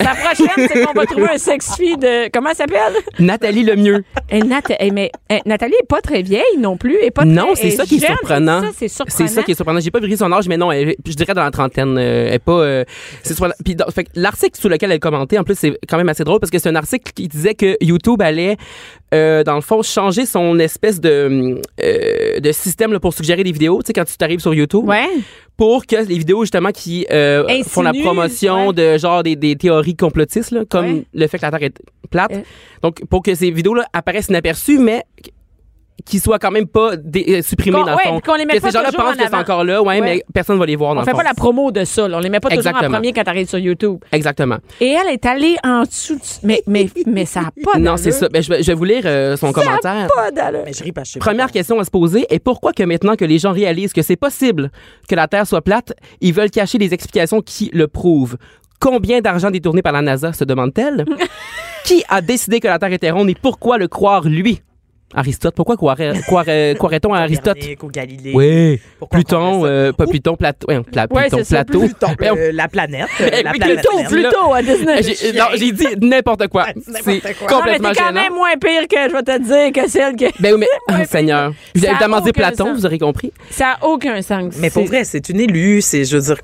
La prochaine, c'est qu'on va trouver un sex-fee de. Comment elle s'appelle?
Nathalie Lemieux.
Eh, Nat- eh, mais, eh, Nathalie est pas très vieille non plus. Elle est pas
Non,
très-
c'est ça qui est
jeune.
surprenant.
Ça, c'est surprenant.
C'est ça qui est surprenant. J'ai pas vérifié son âge, mais non, elle- je dirais dans la trentaine. euh, elle est pas. euh, c'est surprenant. Puis dans- fait que l'article sous lequel elle commentait, en plus, c'est quand même assez drôle parce que c'est un article qui disait que YouTube allait, euh, dans le fond, changer son espèce de, euh, de système là, pour suggérer des vidéos. Tu sais, quand tu t'arrives sur YouTube,
Ouais.
pour que les vidéos justement qui euh,
Insinuent,
font la promotion
ouais.
de genre des, des théories complotistes, là, comme
Ouais.
le fait que la Terre est plate.
Euh.
Donc, pour que ces vidéos-là apparaissent inaperçues, mais qu'ils soient quand même pas dé- euh, supprimées
Qu'on-
dans le
ouais,
fond.
puis qu'on les mette
que ces
pas
gens-là
toujours
pensent
en
que c'est
avant.
encore là,
Ouais.
ouais, mais personne ne va les voir dans
On
le
fait
fond.
pas la promo de ça. là. On les met pas toujours en
Exactement.
premier quand t'arrives sur YouTube.
Exactement.
Et elle est allée en dessous. du- Mais, mais, mais ça n'a pas
non,
d'allure.
c'est ça. Ben, je, vais- je vais vous lire euh, son commentaire.
Pas d'allure.
Mais Ben, je ris parce que je sais pas.
Première question à se poser est pourquoi que maintenant que les gens réalisent que c'est possible que la Terre soit plate, ils veulent cacher les explications qui le prouvent. Combien d'argent détourné par la NASA
(laughs)
se demande-t-elle Qui a décidé que la Terre était ronde et pourquoi le croire lui Aristote, pourquoi croirait-
(laughs)
croirait- croirait-on à Aristote
Copernic ou Galilée.
Oui,
Pourquoi on
Pluton,
croirait ça?
euh, pas
Ou-
Pluton, Plato, ouais, Pla-
Ouais,
Pluton,
c'est ça, (laughs)
Plateau.
Pluton,
(laughs) Ben, on-
euh, la planète. euh,
Eh,
la
oui,
planète.
Pluton,
Merde.
Plutôt à Disney.
J'ai- non, j'ai dit n'importe quoi.
Ouais, c'est
C'est
n'importe quoi.
Non, mais
complètement
t'es quand
gênant.
même moins pire que, je vais te dire, que celle que.
Ben oui, mais,
(laughs) Ouais,
oh, (laughs) Seigneur. Vous
ça a
avez évidemment dit
aucun
Platon,
sens.
vous aurez compris.
Ça n'a aucun sens.
Mais pour
C'est-
vrai, c'est une élue. C'est, je veux dire,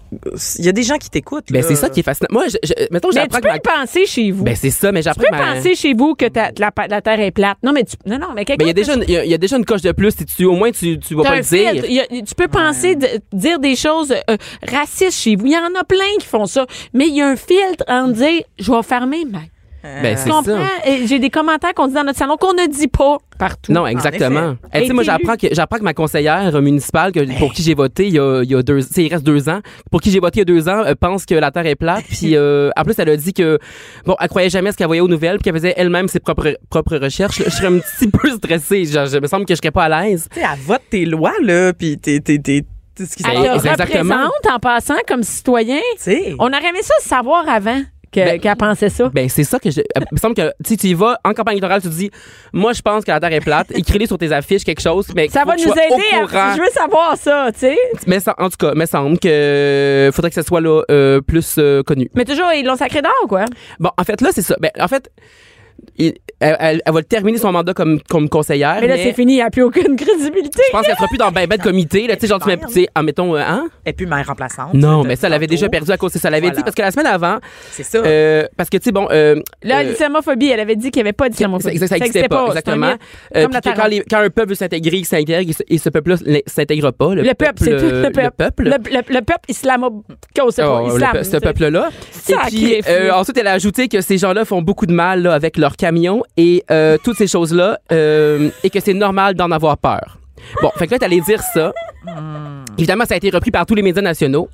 il y a des gens qui t'écoutent.
Ben
là.
c'est ça qui est fascinant. Moi, je, je- mettons,
Mais tu
j'apprends que
peux
ma...
le penser chez vous.
Ben c'est ça, mais
tu
j'apprends
peux
que ma-
penser chez vous que ta- la, pa- la Terre est plate. Non, mais tu. Non, non, mais quelqu'un.
Ben, il y a déjà une, il y a- il y a déjà une coche de plus, si tu, au moins, tu, tu vas
T'as
pas
un
le
filtre.
dire.
Il y a- tu peux penser, de- dire des choses euh, racistes chez vous. Il y en a plein qui font ça. Mais il y a un filtre en dire, je vais fermer ma.
Ben,
Tu
c'est ça.
comprends? Et J'ai des commentaires qu'on dit dans notre salon qu'on ne dit pas partout.
Non, exactement. Eh, tu sais,
Et
moi,
t'es
j'apprends que, j'apprends que ma conseillère municipale, que, pour qui j'ai voté il y a, il y a deux, tu sais, il reste deux ans, pour qui j'ai voté il y a deux ans, euh, pense que la Terre
(laughs)
est plate. Puis, euh, en plus, elle a dit que, bon, elle croyait jamais ce qu'elle voyait aux nouvelles, puis qu'elle faisait elle-même ses propres, propres recherches. Je serais un petit peu stressée. Genre, je me semble que je serais pas à l'aise.
Tu sais, elle vote tes lois, là, puis t'es. t'es, t'es, t'es ce qui se
Elle
Et-
le
passe.
exactement.
représente en passant comme citoyen.
Tu sais.
On aurait aimé ça savoir avant que-
Ben-
qu'elle pensait ça.
Ben, c'est ça que je. Il me semble que, tu sais, tu y vas en campagne électorale, tu te dis, moi, je pense que la Terre est plate. Écris-les sur tes affiches, quelque chose. Mais
Ça
faut
va
que je
nous
sois au
aider. À,
courant.
je veux savoir ça, tu sais.
Mais ça- en tout cas, me semble que faudrait que ça soit là euh, plus euh, connu.
Mais toujours, ils l'ont sacré d'or, quoi.
Bon, en fait là, c'est ça. Ben, en fait, il- elle, elle- elle va terminer son mandat comme comme conseillère.
Mais là, c'est fini, il n'y a plus aucune (laughs) crédibilité.
Je pense qu'elle sera plus dans ben ben de comité là, tu sais genre tu mets- tu sais, ah, mettons euh, hein
Et puis mère remplaçante.
Non,
T'as
mais
dit
ça elle l'avait
tantôt.
déjà perdu à cause de ça, elle l'avait
Voilà.
dit parce que la semaine avant
C'est ça.
euh, parce que tu sais bon euh,
Ah. Là,
euh,
l'islamophobie, elle avait dit qu'il n'y avait pas
ça
d'islamophobie.
ça- ça
existait
existait pas,
c'est un
exactement.
mythe.
Euh,
Comme la
puis que quand,
tarotte.
les- quand un peuple veut s'intégrer, il s'intègre, et ce- et ce peuple-là ne s'intègre pas. Le,
Le peuple, c'est tout. Le peuple.
peuple.
Le, le- le peuple islamo... qu'on sait pas,
Oh,
islam,
le pe- ce
tu sais.
peuple-là. Et puis,
Sacrifié.
euh, ensuite, elle a ajouté que ces gens-là font beaucoup de mal là, avec leurs camions et euh, toutes ces choses-là euh, et que c'est normal d'en avoir peur. Bon, fait que là, t'allais dire ça. Évidemment, ça a été repris par tous les médias nationaux.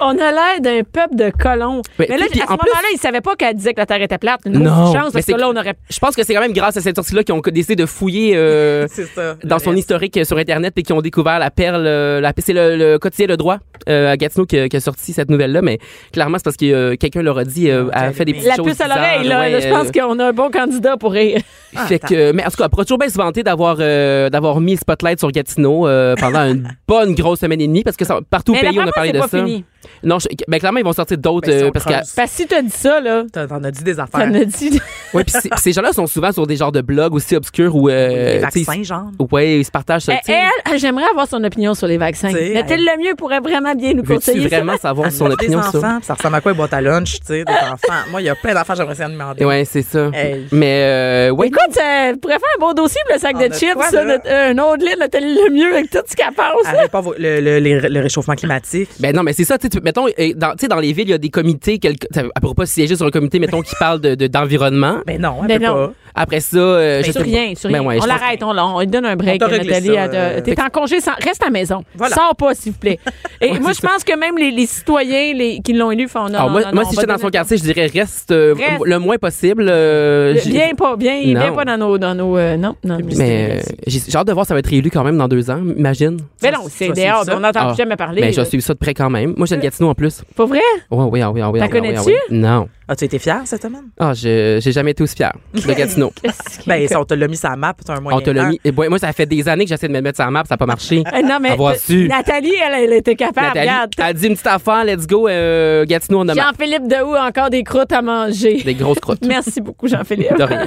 On a l'air d'un peuple de colons.
Ouais,
mais là,
ah. puis- puis
à ce
en plus-
moment-là, ils ne savaient pas qu'elle disait que la Terre était plate. Une
Non,
autre
mais
chance, parce que
c'est-
là, on aurait...
Je pense que c'est quand même grâce à cette sortie-là qu'ils ont décidé de fouiller euh,
(laughs) C'est ça.
dans
Le
son
reste.
historique euh, sur Internet et qui ont découvert la perle, euh, la, c'est le, le quotidien Le Droit euh, à Gatineau qui, a- qui a sorti cette nouvelle-là, mais clairement, c'est parce que euh, quelqu'un leur a dit, euh, a fait des petites
La
choses
puce à
bizarres,
l'oreille, là,
ouais,
là, je pense
euh,
qu'on a un bon candidat pour rire.
Ah,
fait que, euh, mais en tout cas, elle pourra toujours bien se vanter d'avoir euh, d'avoir mis le spotlight sur Gatineau euh, pendant
(laughs)
une bonne grosse semaine et demie parce que ça- partout au
Mais
pays on a
l'appartement,
parlé
c'est
de
pas
ça.
fini.
Non, je- ben, clairement ils vont sortir d'autres
Ben, si
euh,
on
parce Euh,
creuse.
que
Parce que si tu as dit ça, là,
T'en t'en as dit des
ça
affaires.
nous dit...
ouais, puis ces- ces gens-là sont souvent sur des genres de blogs aussi obscurs où
Des
euh, tu sais,
vaccins, genre.
ils- ouais, ils se partagent (laughs) ça.
Eh,
tu sais.
Elle, j'aimerais avoir son opinion sur les vaccins.
T'sais,
Nathalie Lemieux pourrait vraiment bien nous
Veux-tu
conseiller ça.
vraiment savoir son
Elle a des
opinion sur
enfants, puis ça ressemble à quoi une boîte à lunch,
(laughs)
tu sais, des enfants. Moi, il y a plein d'enfants, j'aimerais ça me demander.
Ouais, c'est ça.
Hey.
Mais euh, ouais,
Écoute, ça pourrait faire un bon dossier pour le sac
On
de
a
chips,
quoi,
ça,
là?
notre- euh, un autre lit, Nathalie Lemieux, avec tout ce qu'elle pense.
Ah,
Arrête pas vos- le, le- les- le réchauffement climatique.
Ben non, mais c'est ça, tu sais, tu- peut- mettons, euh, dans, tu sais, dans les villes, il y a des comités, quelque, ça- elle pourra pas siéger sur un comité, mettons, qui parle de- de- d'environnement.
Ben non, elle
Ben
peut
non.
pas.
Après ça, euh, je sais
sur
pas.
rien, sur rien.
Ben ouais, je
on
pense-
l'arrête, on, on lui donne un break,
On t'a réglé
Nathalie.
ça,
elle te-
euh,
T'es en congé, sans- reste à la maison.
Voilà.
Sors pas, s'il vous plaît. Et moi, je pense que même les, les citoyens les- qui l'ont élu font non,
Alors,
non,
moi,
non, non,
moi, si
on va
j'étais dans
donner-
son quartier, je dirais reste, euh,
Reste.
le moins possible. euh, j'ai-
Viens pas, viens,
Non.
viens pas dans nos... Dans nos euh, non, non.
Mais euh, j'ai j'ai hâte de voir, ça va être réélu quand même dans deux ans, imagine.
Mais non, c'est Ben,
ça, c'est
dehors,
ça.
on n'entend
Ah.
plus jamais parler.
Mais je
là.
suis ça de près quand même. Moi, j'ai le Gatineau en plus.
Pas vrai?
Oui, oui, oui, oui.
T'as connais-tu?
Non.
As-tu été fière cette semaine?
Ah, je- j'ai jamais été aussi fier de Gatineau.
(laughs) Qu'est-ce que-
Ben, ça, on te l'a mis sur la map, t'as un moyen
On te l'a
temps.
mis. et ouais, moi, ça fait des années que j'essaie de me mettre sur la map, ça n'a pas
(laughs)
marché.
Eh, non, mais
Avoir
euh,
su.
Nathalie, elle, elle était capable.
Nathalie
Regarde,
a dit une petite affaire, let's go, euh, Gatineau, on a
Jean-Philippe Dehou a encore des croûtes à manger.
des
(laughs)
grosses crottes.
Merci beaucoup, Jean-Philippe.
De rien.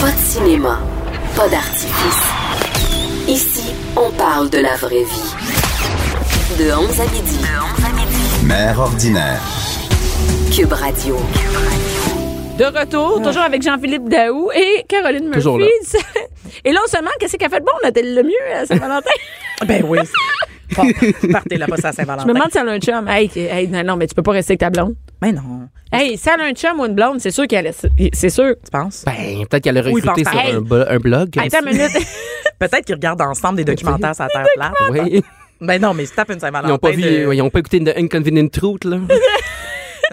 Pas de cinéma, pas d'artifice. Ici, on parle de la vraie vie. De 11 à midi.
Mère ordinaire.
Cube Radio.
De retour, toujours avec Jean-Philippe Daou et Caroline Murphy.
Toujours là.
(laughs) Et là, on se demande qu'est-ce qu'elle a fait de bon, Nathalie Lemieux, à euh, Saint-Valentin.
Ben oui. Bon, partez là, (laughs) pas ça à Saint-Valentin.
(laughs) Je me demande si elle a un chum. Hey, que- hey, non, non, mais tu peux pas rester avec ta blonde.
Ben non,
Hey, si elle a un chum ou une blonde, c'est sûr qu'elle est. C'est sûr.
tu penses?
Ben, peut-être qu'elle a
Oui,
recruté
pense-
sur
Hey.
un, blo- un blog.
Attends une minute.
Peut-être qu'ils regardent ensemble des documentaires sur la Terre plate.
Oui.
Ben non, mais ils se tapent une Saint-Valentin.
Ils n'ont pas vu, hein.
de-
ils ont pas écouté The Inconvenient Truth,
(laughs)
là.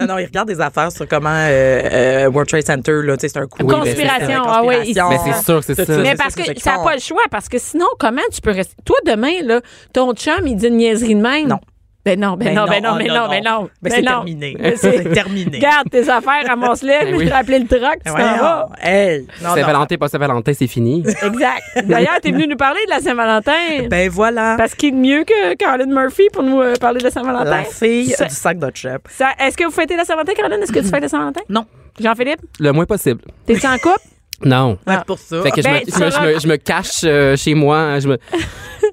Non, non, ils regardent des affaires sur comment euh, euh, World Trade Center, là, tu sais, c'est un coup.
Oui, mais c'est-
Conspiration, ah oui, ils-
Mais c'est sûr que c'est
Tout
ça.
Mais
c'est
parce
ça, c'est
que
ça
ça
qu'ils
n'a pas
font.
le choix, parce que sinon, comment tu peux rester. Toi, demain, là, ton chum, il dit une niaiserie de même.
Non.
Ben non, ben, non, ben non,
ah,
ben non, ben non.
Ben c'est terminé. C'est terminé.
Garde tes affaires, ramasse-les,
Ben
puis
oui.
je vais appeler le truck, tu t'en vas.
Voyons, hey, non, non.
Saint-Valentin, pas Saint-Valentin, c'est fini.
Exact. D'ailleurs, t'es venu nous parler de la Saint-Valentin.
Ben voilà,
Parce qu'il est mieux que Caroline Murphy pour nous euh, parler de la Saint-Valentin.
la fille
Ça-
du sac de chips.
ça- Est-ce que vous fêtez la Saint-Valentin, Caroline? Est-ce que tu fêtes la Saint-Valentin?
Non.
Jean-Philippe,
Le moins possible.
t'es-tu en
(laughs)
couple?
Non.
Ouais, pour ça.
Fait que je
ben,
me-
tu
je me- je
seras-
me- je me cache euh, chez moi,
(laughs)
je me...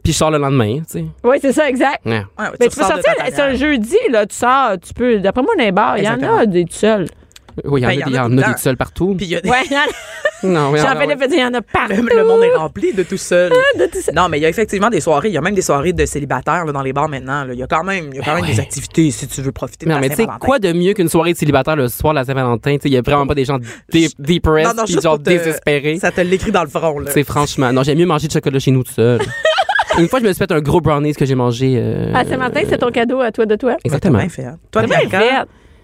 puis je sors le lendemain, tu sais.
Oui, c'est ça, exact.
Ouais.
Ouais,
Mais Ben, tu, peux
ressors de ta
sortir, c'est un
tanière.
jeudi, là, tu sors, tu peux. D'après moi, dans les bars, il y en
Exactement.
a des tout seuls.
Oui, il y en
Ben,
a,
il y en
des- il y
a
en
tout le
a
temps.
du seul partout.
Puis il y a des- (laughs)
Ouais, hein, il y en a-
Non, oui, il y en a,
Jean-Philippe
ouais.
veut dire, il y en a partout.
Ah, ben Le, le monde est rempli de tout seul.
Ah, de tout ça.
Non, mais il y a effectivement des soirées. Il y a même des soirées de célibataires là, dans les bars maintenant. là. Il y a quand même, il y a quand
Ben
même des activités si tu veux profiter de
Non,
ta
mais tu sais,
Saint-Valentin.
quoi de mieux qu'une soirée de célibataire le soir de la Saint-Valentin? Tu sais, il y a vraiment pas des gens dé-
Non,
depressed
non,
puis
juste
genre
pour te-
désespérés.
Ça te l'écrit dans le front. Là.
Tu sais, franchement. Non, j'aime mieux manger du chocolat chez nous tout
(laughs)
seul. Une fois, je me suis fait un gros brownies que j'ai mangé. euh,
Ah, ce matin, c'est ton cadeau à toi de toi.
Exactement.
Bien fait. hein. Toi,
Bien
Bianca,
fait.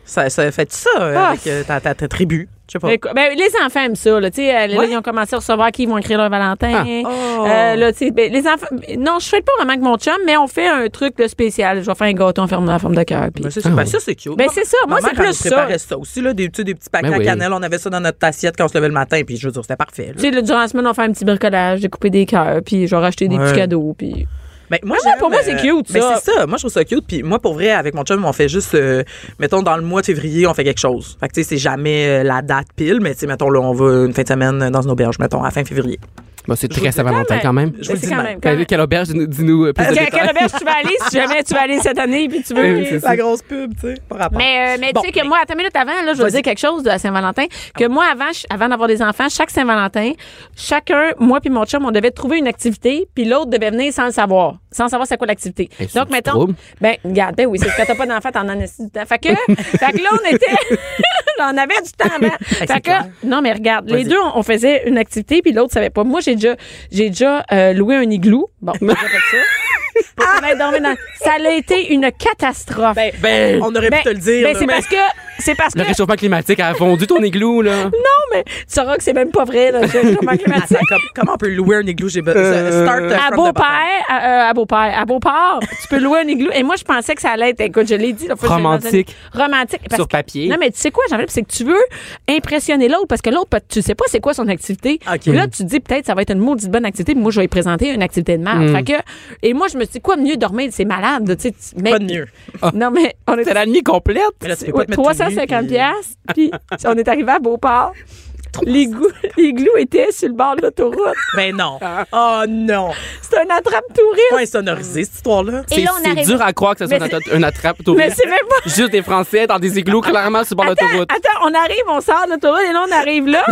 ça, ça fait ça euh,
Ah.
avec euh, ta, ta- ta tribu. Je sais pas.
Ben, écoute, ben, les enfants aiment ça. Là, tu sais, euh, là,
Ouais.
Ils ont commencé à recevoir qui vont écrire leur Valentin.
Oh.
Euh, là, tu sais, ben, les enfants, non, je fais pas vraiment avec mon chum, mais on fait un truc là, spécial. Je vais faire un gâteau en forme, en forme de cœur. puis-
Ben, ça, c'est-
Ah
ben,
oui.
ça, c'est cute.
Ben,
Ma-
c'est ça.
ma
Moi, c'est
mère, elle
plus
nous
ça.
préparait ça aussi, là, des, tu sais, des petits paquets
Ben
à
oui.
cannelle. On avait ça dans notre assiette quand on se levait le matin. Puis je veux dire, c'était parfait. là.
Tu sais, là, durant la semaine, on fait un petit bricolage, découper des cœurs, puis genre acheter des
Ouais.
petits cadeaux. Puis...
Ben, moi,
Ah ouais,
j'aime,
pour moi,
euh,
c'est cute,
ben,
ça.
c'est ça. Moi, je trouve ça cute. Puis moi, pour vrai, avec mon chum, on fait juste, euh, mettons, dans le mois de février, on fait quelque chose. Fait que, tu sais, c'est jamais euh, la date pile, mais, tu sais, mettons, là, on va une fin de semaine dans une auberge, mettons, à fin février.
Bon, c'est très Saint-Valentin quand même.
Ben,
Je vous le
c'est
dis de
quand
même.
même. quand
Quelle
même.
quelle auberge, dis-nous- dis-nous euh, plus de
Quelle
détails.
quelle auberge tu vas aller si jamais tu vas aller cette année puis tu veux.
(laughs) Oui, c'est ça.
La grosse pub, tu sais, par rapport.
Mais, euh, mais
Bon,
tu sais que moi, attends une minute avant, là, je vais
Vas-y.
dire quelque chose de la Saint-Valentin. Que moi, avant, je- avant d'avoir des enfants, chaque Saint-Valentin, chacun, moi puis mon chum, on devait trouver une activité, puis l'autre devait venir sans le savoir. Sans savoir c'est quoi l'activité.
Hey, c'est
Donc,
du
mettons.
trouble.
Ben, regarde, ben oui, c'est quand t'as pas d'enfant, t'en as du temps. Fait que, fait que là, on était. (laughs) on avait du temps
(laughs)
avant. fait
c'est
que,
clair.
non, mais regarde, les
Vas-y.
deux, on, on faisait une activité, puis l'autre savait pas. Moi, j'ai déjà, j'ai déjà euh, loué un igloo. Bon,
(laughs)
j'ai déjà fait ça. Pour qu'on aille dormir dans- Ça a été une catastrophe.
Ah! Ben, on aurait
Ben,
pu te le dire.
ben,
là,
c'est
mais-
parce que. C'est parce que.
Le réchauffement climatique a fondu ton igloo, là.
Non, mais tu sauras que c'est même pas vrai, là, le réchauffement
(laughs)
climatique.
Attends, comme- comment on peut louer un igloo? J'ai be-
Euh,
À
start from the bottom.
Beaupère, à, euh, à Beaupère, à Beauport, tu peux louer un igloo. Et moi, je pensais que ça allait être, écoute, je l'ai dit, la fois que je l'ai
Romantique.
entendu. romantique. parce
Sur
que-
papier.
non, mais tu sais quoi, jean c'est que tu veux impressionner l'autre parce que l'autre, peut- tu sais pas c'est quoi son activité.
Ok.
Puis Là, tu te dis peut-être ça va être une maudite bonne activité, puis moi, je vais lui présenter une activité de
Hmm.
merde. Fait que, et moi, je me suis dit, quoi de mieux dormir? C'est malade, là, tu sais. tu- mais-
Pas de mieux.
Non, mais on était
C'est la nuit complète.
Mais là, tu peux pas
Ouais,
te mettre tout nu,
350
puis-
piastres, puis
(laughs)
on est arrivé à Beauport. L'igloo l'igloo était sur le bord de l'autoroute.
Ben non.
Ah.
Oh non.
C'est un attrape
Pas
touriste.
insonorisé, cette histoire-là.
Et
C'est
là, on
c'est
arrive-
dur à croire que ce soit
Mais
une atta- une attrape touriste.
Mais c'est même pas.
Juste des Français dans des igloos clairement sur le bord de
Attends,
l'autoroute.
attends, on arrive, on sort de l'autoroute et là, on arrive
(laughs)
là.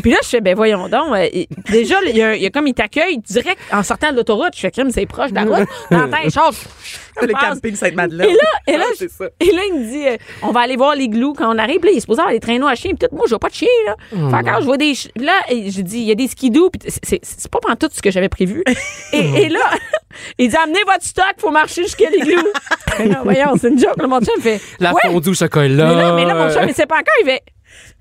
puis là, je fais, ben voyons donc. euh, il- déjà,
(laughs)
il y, a un- il y a comme, il t'accueille direct en sortant de l'autoroute. Je fais, crime, c'est proche de la route. T'entends, les choses.
Le
passe.
camping Sainte-Madeleine.
Ah. Et là, et là,
Ah,
je-
c'est ça.
et là, il me dit, euh, on va aller voir l'igloo quand on arrive. Puis Là, il est supposé avoir des traîneaux à chiens. Puis tout, moi, je vois pas de chiens, là. fait que quand je vois des chi- Là, et je dis, il y a des skidoo. Puis c'est- c'est c'est pas pendant tout ce que j'avais
(laughs)
prévu. et, et là, (laughs) il dit, amenez votre stock, faut marcher jusqu'à l'igloo.
(laughs)
Mais non, voyons, c'est une joke. Là, mon chum fait,
La
ouais.
fondue au chocolat.
Mais là, mais là, mon
Euh.
chum, il sait pas encore. Il fait,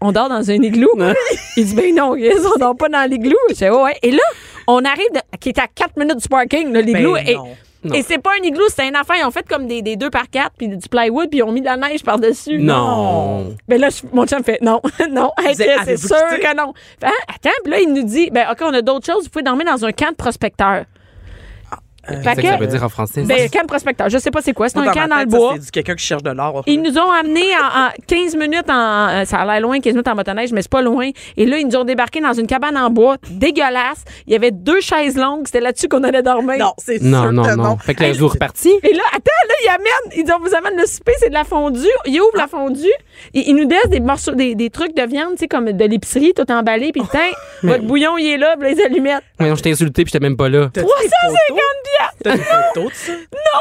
on dort dans un igloo. (laughs) il dit, ben non, Chris, on dort pas dans l'igloo. Je dis, ouais. Et là, on arrive, de- qui est à 4 minutes du parking, là, l'igloo.
Ben
et,
non.
Non.
et c'est pas un igloo, c'est un affaire. Ils ont fait comme des, des deux par quatre, puis du plywood, puis ils ont mis de la neige par-dessus.
Non.
Ben là, je- mon chum fait non, (laughs) non, hey, Chris, c'est
avez-vous
sûr
quitté?
que non. Fait, Hein, attends, puis là, il nous dit, ben OK, on a d'autres choses, vous pouvez dormir dans un camp de prospecteurs.
C'est
Fait
ça que ça
que-
veut dire en français.
ben, camp de prospecteurs, je sais pas c'est quoi, c'est
Moi,
un
ma
camp dans le
tête, ça,
bois.
C'est du quelqu'un qui cherche de l'or.
Ils nous ont amenés en, en 15 minutes en. euh, Ça a l'air loin, 15 minutes en motoneige, mais c'est pas loin. Et là, ils nous ont débarqué dans une cabane en bois dégueulasse. Il y avait deux chaises longues, c'était là-dessus qu'on allait dormir.
Non, c'est sûr
Non, non,
que
non.
non.
Fait que le
Hey,
jour reparti.
Et là, attends, là, il amène, il dit, on vous amène le souper, c'est de la fondue. Il ouvre la fondue, il, il nous laisse des morceaux, des, des trucs de viande, tu sais, comme de l'épicerie, tout emballé, puis tiens, votre bouillon, il est là, puis les allumettes.
Mais non, je t'ai insulté puis j'étais même pas là.
t'as-tu des
350
photos?
piastres!
T'as des photos de
Ben
ça?
Non,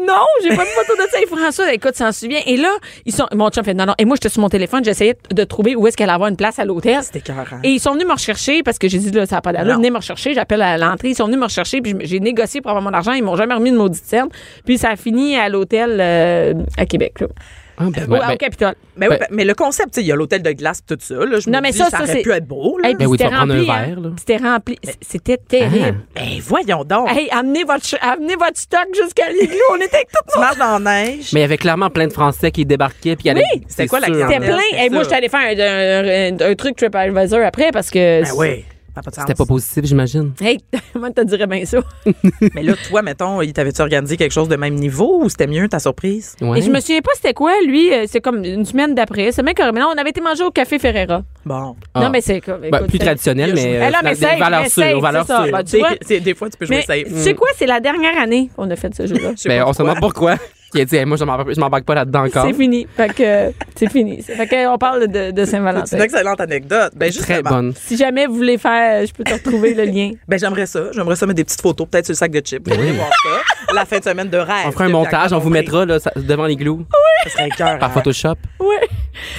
c'est, non, j'ai pas de photo de ça. Et François, écoute, s'en souvient. Et là, ils sont, mon chum fait, non, non. Et moi, j'étais sur mon téléphone, j'essayais de trouver où est-ce qu'elle allait avoir une place à l'hôtel.
C'était écœurant.
Et ils sont venus me rechercher parce que j'ai dit, là, ça n'a pas d'allure.
Non.
Venez me rechercher. J'appelle à l'entrée. Ils sont venus me rechercher. Puis j'ai négocié pour avoir mon argent. Ils m'ont jamais remis de maudite scène. Puis ça a fini à l'hôtel euh, à Québec, là.
Ah, ben,
Au-
ben,
au
ben,
Capitole.
Mais, oui,
Ben-
mais le concept, tu sais, il y a l'hôtel de glace, tout ça. Là, je
Non,
me
mais
dis,
ça, ça,
aurait
c'est-
pu être beau. Oh Là.
Hey, puis
Ben oui, tu
c'était
vas prendre un
rempli, hein.
verre, là.
C'était rempli. C- C'était terrible.
Ben, voyons donc.
Hey, amenez votre, ch- amenez votre stock jusqu'à l'igloo. On était avec tout
Tu marches dans la neige.
Mais il y avait clairement plein de Français qui débarquaient puis il y allait.
Oui, c'était quoi la
sûr,
C'était
mais
là.
plein.
c'est
Hey, moi,
ça.
j'étais allée faire un, un- un truc TripAdvisor après parce que.
Ben oui. ça a pas de sens.
C'était pas positif, j'imagine.
Hey, (laughs) comment te dirais bien ça? (laughs)
Mais là, toi, mettons, il t'avait-tu organisé quelque chose de même niveau ou c'était mieux ta surprise?
Ouais.
Et je me souviens pas c'était quoi, lui. euh, C'est comme une semaine d'après. C'est même correct. Mais non, on avait été manger au Café Ferrera.
Bon.
Ah.
Non, mais c'est comme.
Ben,
écoute,
plus
c'est-
traditionnel, mais. euh,
Ben là, mais
finalement,
safe,
valeurs
mais
sûres,
safe,
valeurs
c'est ça.
sûres.
Ben, tu
Des-
vois-
c'est- Des fois, tu peux jouer
Mais
safe.
tu sais quoi? C'est la dernière année qu'on a fait ce jeu-là.
Je sais
Ben,
pas
on se demande pourquoi. (laughs) Il a dit, Hey, moi, je m'embarque- je m'embarque pas là-dedans encore.
C'est fini. Fait que euh, c'est fini. Fait que euh, on parle de, de
C'est une
Saint-Valentin.
excellente anecdote. Ben, justement.
Très bonne.
Si jamais vous voulez faire, euh, je peux te retrouver le lien.
Ben, j'aimerais ça. J'aimerais ça mettre des petites photos, peut-être sur le sac de chips. Vous allez voir ça. La fin de semaine de rêve.
On fera un
de
montage,
Bianca
on vous Ah.
Lompré.
mettra là, ça- devant les glous
Ça serait écœurant.
par Photoshop.
Oui.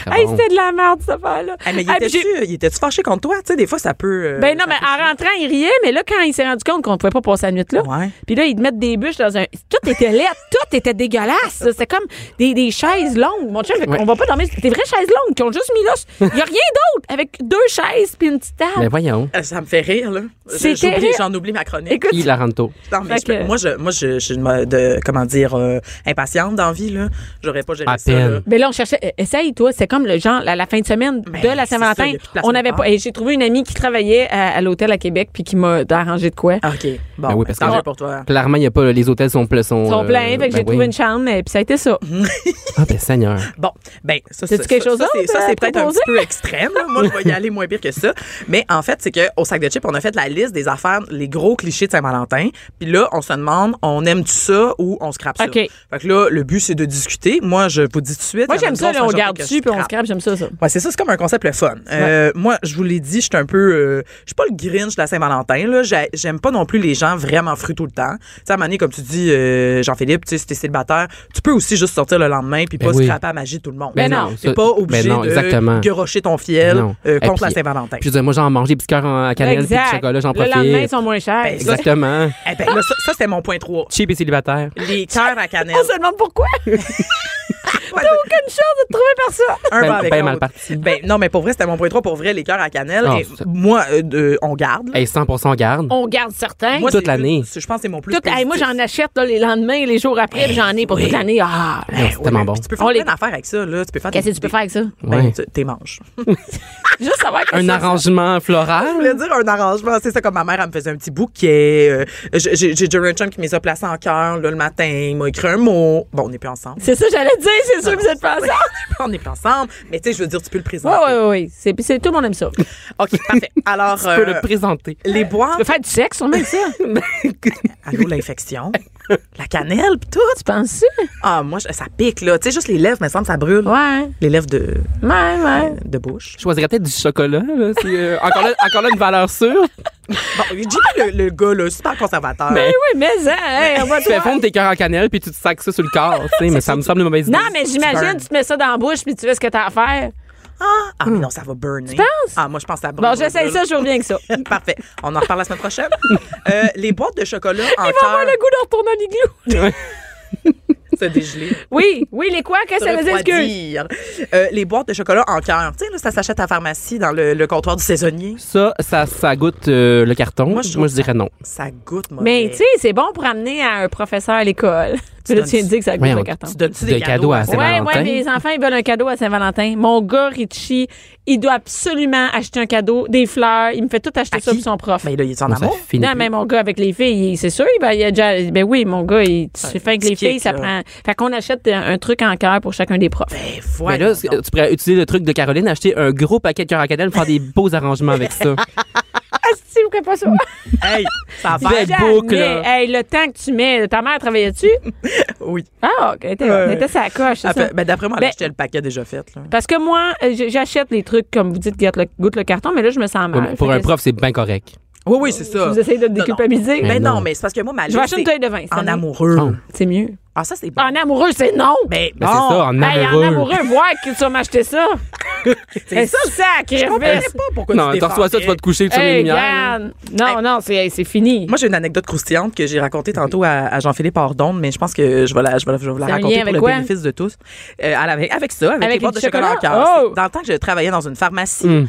Très
Hey,
bon.
c'était de la merde, cette affaire-là.
Ah Hey, mais il
Ah, puis j'ai-
était-tu il était-tu fâché contre toi? Tu sais, des fois, ça peut. euh,
Ben non,
ça
mais en rentrant, il riait, mais là, quand il s'est rendu compte qu'on pouvait pas passer la nuit là,
Ouais.
puis là, ils te mettent des bûches dans un. Tout était laid, (laughs) tout était dégueulasse. là. C'était comme des, des chaises longues. Mon chum, fait
Ouais.
on va pas dormir. C'était des vraies chaises longues qui ont juste mis là. Il y a rien d'autre avec deux chaises puis une petite table.
Mais Ben, voyons.
Euh, Ça me fait rire, là. Je-
C'est
j'oublie-
terrible.
J'en oublie ma chronique.
Écoute,
Il Laranto.
Non, mais
Fait
je peux-
que-
moi, je, moi, je, je suis de, mode, euh, comment dire, euh, impatiente d'envie, là. J'aurais pas géré
À
ça,
peine.
là.
Mais là, on cherchait. euh, Essaye, toi. C'est comme le genre, la, la fin de semaine
Mais
de la
c'est ça,
Saint-Valentin.
y a plus de place
On n'avait
nulle part.
pas. Et j'ai trouvé une amie qui travaillait à, à l'hôtel à Québec puis qui m'a arrangé de quoi.
Ah, OK. Bon,
Ben oui,
oui,
parce
parce
que-
pour toi.
Clairement, il y a pas, les hôtels sont pleins. Sont,
Ils sont
euh,
pleins, fait que
ben
j'ai trouvé
oui.
une chambre, et puis ça a été ça.
Ah, ben Seigneur.
Bon, ben, ça,
T'as-tu
ça-
quelque
ça-
chose
ça, c'est-
d'autre
ça,
à
c'est peut-être un
proposer?
petit peu extrême. là. Moi, je vais y aller moins pire que ça. Mais en fait, c'est qu'au sac de chips, on a fait la liste des affaires, les gros clichés de Saint-Valentin. Puis là, on se demande, on aime-tu ça ou on scrape ça?
OK.
Fait que là, le but, c'est de discuter. Moi, je vous dis tout de suite.
Moi,
il y en a
j'aime
une
ça,
grosse
là, on
majorité
regarde
que
dessus puis on
scrape.
scrape, j'aime ça, ça.
Ouais, c'est ça, c'est comme un concept le fun. Euh, Moi, je vous l'ai dit, je suis un peu. euh, je suis pas le Grinch de la Saint-Valentin. là. J'ai- J'aime pas non plus les gens vraiment frus tout le temps. Tu sais, à un moment donné, comme tu dis, euh, Jean-Philippe, tu sais, si t'es célibataire, tu peux aussi juste sortir le lendemain puis
Ben
pas
oui.
scraper à magie tout le monde.
Ben
non,
non,
T'es
ça-
pas obligé
ben non,
de
exactement. Ben
guerocher ton fiel
Non.
euh,
Et
contre
puis-
la Saint-Valentin.
Puis je veux dire, moi, j'en mange des petits cœurs en- à cannelle puis du chocolat, j'en
Le
profite.
lendemain, ils sont moins chers.
Ben, ça,
Exactement.
Eh ben, là, ça, ça, c'était mon point 3.
Cheap et célibataire.
Les cœurs
(laughs)
à cannelle.
on se demande pourquoi.
(laughs) Ouais,
Aucune chance de te trouver par ça.
un
Ben-
va avec
ben
l'autre.
mal parti.
Ben, non, mais pour vrai, c'était mon point 3. Pour vrai, les cœurs à cannelle.
Ah,
Et
ça-
moi, euh, de- on garde. là.
Hey, 100 garde.
On garde certains.
Moi,
toute
c'est-
l'année.
Je pense que c'est mon plus.
Tout- hey, moi,
positif.
j'en achète là, les lendemains, les jours après, puis j'en ai pour toute l'année. Ah,
Non, c'est tellement bon.
Puis tu peux faire
On
plein
les-
d'affaires avec ça. Là. Tu peux faire
qu'est-ce que
des-
tu peux
des-
faire avec ça?
Ouais.
Ben, tu- t'es manges.
(laughs) Juste savoir que
Un
c'est-
arrangement
Je
floral.
voulais dire un arrangement. C'est ça, comme ma mère, elle me faisait un petit bouquet. euh, j'ai- J'ai j'ai Jerry Chum qui me les a placés en cœur là, le matin. Il m'a écrit un mot. Bon, on n'est plus ensemble. (laughs)
C'est ça, j'allais te dire, c'est sûr que vous êtes pas (laughs) ensemble.
on n'est plus ensemble. Mais tu sais, je veux dire, tu peux le présenter.
Oui, oui, oui. C'est, puis c'est, tout le monde aime ça. Tu
OK, parfait. Alors,
Je peux
euh,
le présenter.
les
peux
boîtes,
faire du sexe, on aime ça.
allô, (laughs) l'infection, la cannelle, pis tout.
tu penses ça?
Ah, moi, je- ça pique, là. Tu sais, juste les lèvres, me semble, ça brûle.
Ouais.
Les lèvres de, ben,
Ouais, ouais.
de bouche. (laughs)
Je choisirais peut-être du chocolat. là. C'est, euh, encore, là, encore là, une valeur sûre.
Bon, JP, le, le gars, là, super conservateur.
Mais oui, mais hein, hey, on va
Tu fais
tout-
fondre tes cœurs en cannelle puis tu te sacs ça sur le corps, tu sais, mais ça me semble une mauvaise idée.
Non, mais j'imagine, tu te mets ça dans la bouche puis tu fais ce que t'as à faire.
Oh
Ah, ah, mais non, ça va burner. Tu
penses?
Ah, moi, je pense que ça brûle.
Bon, j'essaye ça, je reviens avec
(laughs)
ça. Il
Parfait. On en reparle la semaine (laughs) prochaine. Euh, les boîtes de chocolat en
va avoir
cœur,
Ah, le goût de retourner à l'igloo.
(laughs) c'est dégelé.
Oui, oui, les quoi? Qu'est-ce que ça veut dire? excuse?
Refroidir. Euh, les boîtes de chocolat en cœur. Tu sais, là, ça s'achète à la pharmacie dans le, le comptoir du saisonnier.
Ça, ça, ça goûte euh, le carton. Moi,
Moi, je
je,
trouve ça-
dirais non.
Ça goûte, moi.
Mais tu sais, c'est bon pour amener à un professeur à l'école. Tu, là, (laughs)
donnes-
tu viens de dire que ça goûte
Voyons,
le carton.
tu donnes-tu
Des
des,
cadeaux
Oui,
à
ouais,
Saint-Valentin.
ouais, mes enfants, ils veulent un cadeau à Saint-Valentin. Mon gars, Richie, il doit absolument acheter un cadeau, des fleurs. Il me fait tout acheter
À
ça
qui?
pour son prof.
Mais là, il est en
Non, ça
amour.
finit
non,
plus.
mais mon gars, avec les filles, il- c'est sûr, ben, il a déjà, ben oui, mon gars, il, tu fais avec
petit
les filles,
kick,
ça
là.
prend. Fait qu'on achète un, un truc en cœur pour chacun des profs.
Mais
Mais
voilà.
là, c- tu pourrais utiliser le truc de Caroline, acheter un gros paquet de cœurs en cannelle, faire des beaux arrangements
(laughs)
avec ça.
(laughs) Si vous ne pas ça.
hey, ça va.
Belle
Jamais.
boucle, là.
Hey, le temps que tu mets, ta mère travaillait-tu?
Oui.
Ah, ok, était,
Ouais.
on était sa coche. c'est
Ah,
ça.
ben, ben, d'après moi, elle
Ben-
achetait le paquet déjà fait. Là.
Parce que moi, euh, j- j'achète les trucs, comme vous dites, goûte le, goûte le carton, mais là, je me sens mal.
Pour- Pour
Fait
un
que
prof, c'est bien correct.
Oui, oui, c'est
si
ça.
Vous essayez de me
Non, non.
déculpabiliser.
Mais
Ben
non.
non, mais c'est parce que moi, ma
Je vais acheter une taille
c'est
de vin. cette
En
année.
amoureux.
Oh.
C'est mieux.
Ah, ça, c'est bon.
En amoureux, c'est non.
Mais
Mais c'est ça, en
Hey, en
amoureux.
amoureux, voir que tu vas m'acheter ça. c'est ça,
Je comprenais pas pourquoi
Non,
tu
t'en reçois ça, tu vas te coucher, tu mets les
Hey,
lumières.
Yann. Non, non, c'est c'est fini.
Moi, j'ai une anecdote croustillante que j'ai racontée tantôt à, à Jean-Philippe Hordon, mais je pense que je vais la, je vais la- je vais vous la
C'est un
raconter
lien
pour
avec
le
quoi?
bénéfice de tous. Euh, à la- avec, avec ça, avec,
Avec
les boîtes
du
de chocolat en
chocolat?
cœur.
Oh! Hmm.
C'est Dans le temps que je travaillais dans une pharmacie,
Mm.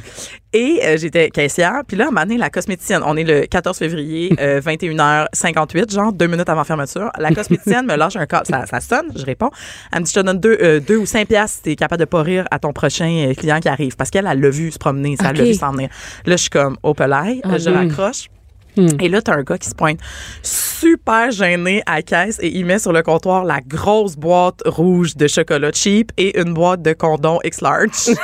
et euh, j'étais caissière, puis là, à un moment donné, la cosméticienne, on est le 14 février,
(laughs)
euh, 21h58, genre deux minutes avant fermeture, la cosméticienne me lâche un câble, ça, ça sonne, je réponds, elle me dit, je te donne deux, euh, deux ou cinq piastres si t'es capable de pas rire à ton prochain euh, client qui arrive, parce qu'elle, elle l'a vu se promener, ça, elle
Ok.
l'a
Ah, hmm.
vu s'en venir. Là, je suis comme, au pelail, je raccroche, Mm-hmm. et là, t'as un gars qui se pointe (laughs) super gêné à la caisse et il met sur le comptoir la grosse boîte rouge de chocolat cheap et une boîte de condom X-Large.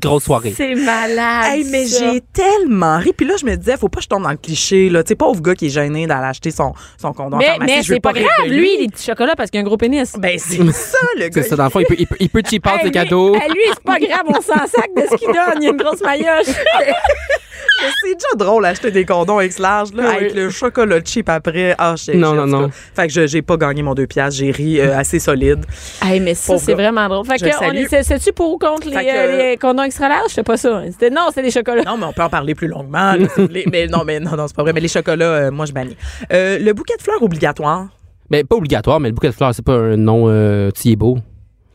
Grosse soirée.
C'est malade.
(laughs) Hey, mais
ça.
j'ai tellement ri. Puis là, je me disais, faut pas que je tombe dans le cliché. là. Tu sais, pauvre gars qui est gêné d'aller acheter son, son condom en
Mais,
pharmacie,
mais
je veux
c'est pas
rire de
grave, lui, les petits chocolats, parce qu'il a un gros pénis.
(laughs)
Ben, c'est ça, le gars.
C'est ça, dans le fond, il peut, il peut, il peut cheap out
Hey,
ses
lui-
cadeaux.
hey, lui, c'est pas grave, on s'en sac de ce qu'il donne. Il y a une grosse maillotche.
Mais C'est déjà drôle acheter des condoms X-Large, là, avec le chocolat cheap après. Ah, je sais,
Non,
je sais,
non,
en tout
non.
cas. Fait que je- j'ai pas gagné mon deux piastres. J'ai ri euh, assez solide.
hey, mais ça,
Pauvre
c'est
gars.
vraiment drôle. Fait
Je le
que, on
salue.
est, c'est- c'est-tu pour ou contre les,
Fait que-
euh, les condoms extra larges? Je fais pas ça. C'était- Non, c'est des chocolats.
Non, mais on peut en parler plus longuement, là, si vous voulez. Mais non, mais non, non, c'est pas vrai. Mais les chocolats, euh, moi, je bannis. Euh, le bouquet de fleurs obligatoire.
Mais pas obligatoire, mais le bouquet de fleurs, c'est pas un nom, euh, tu y es beau.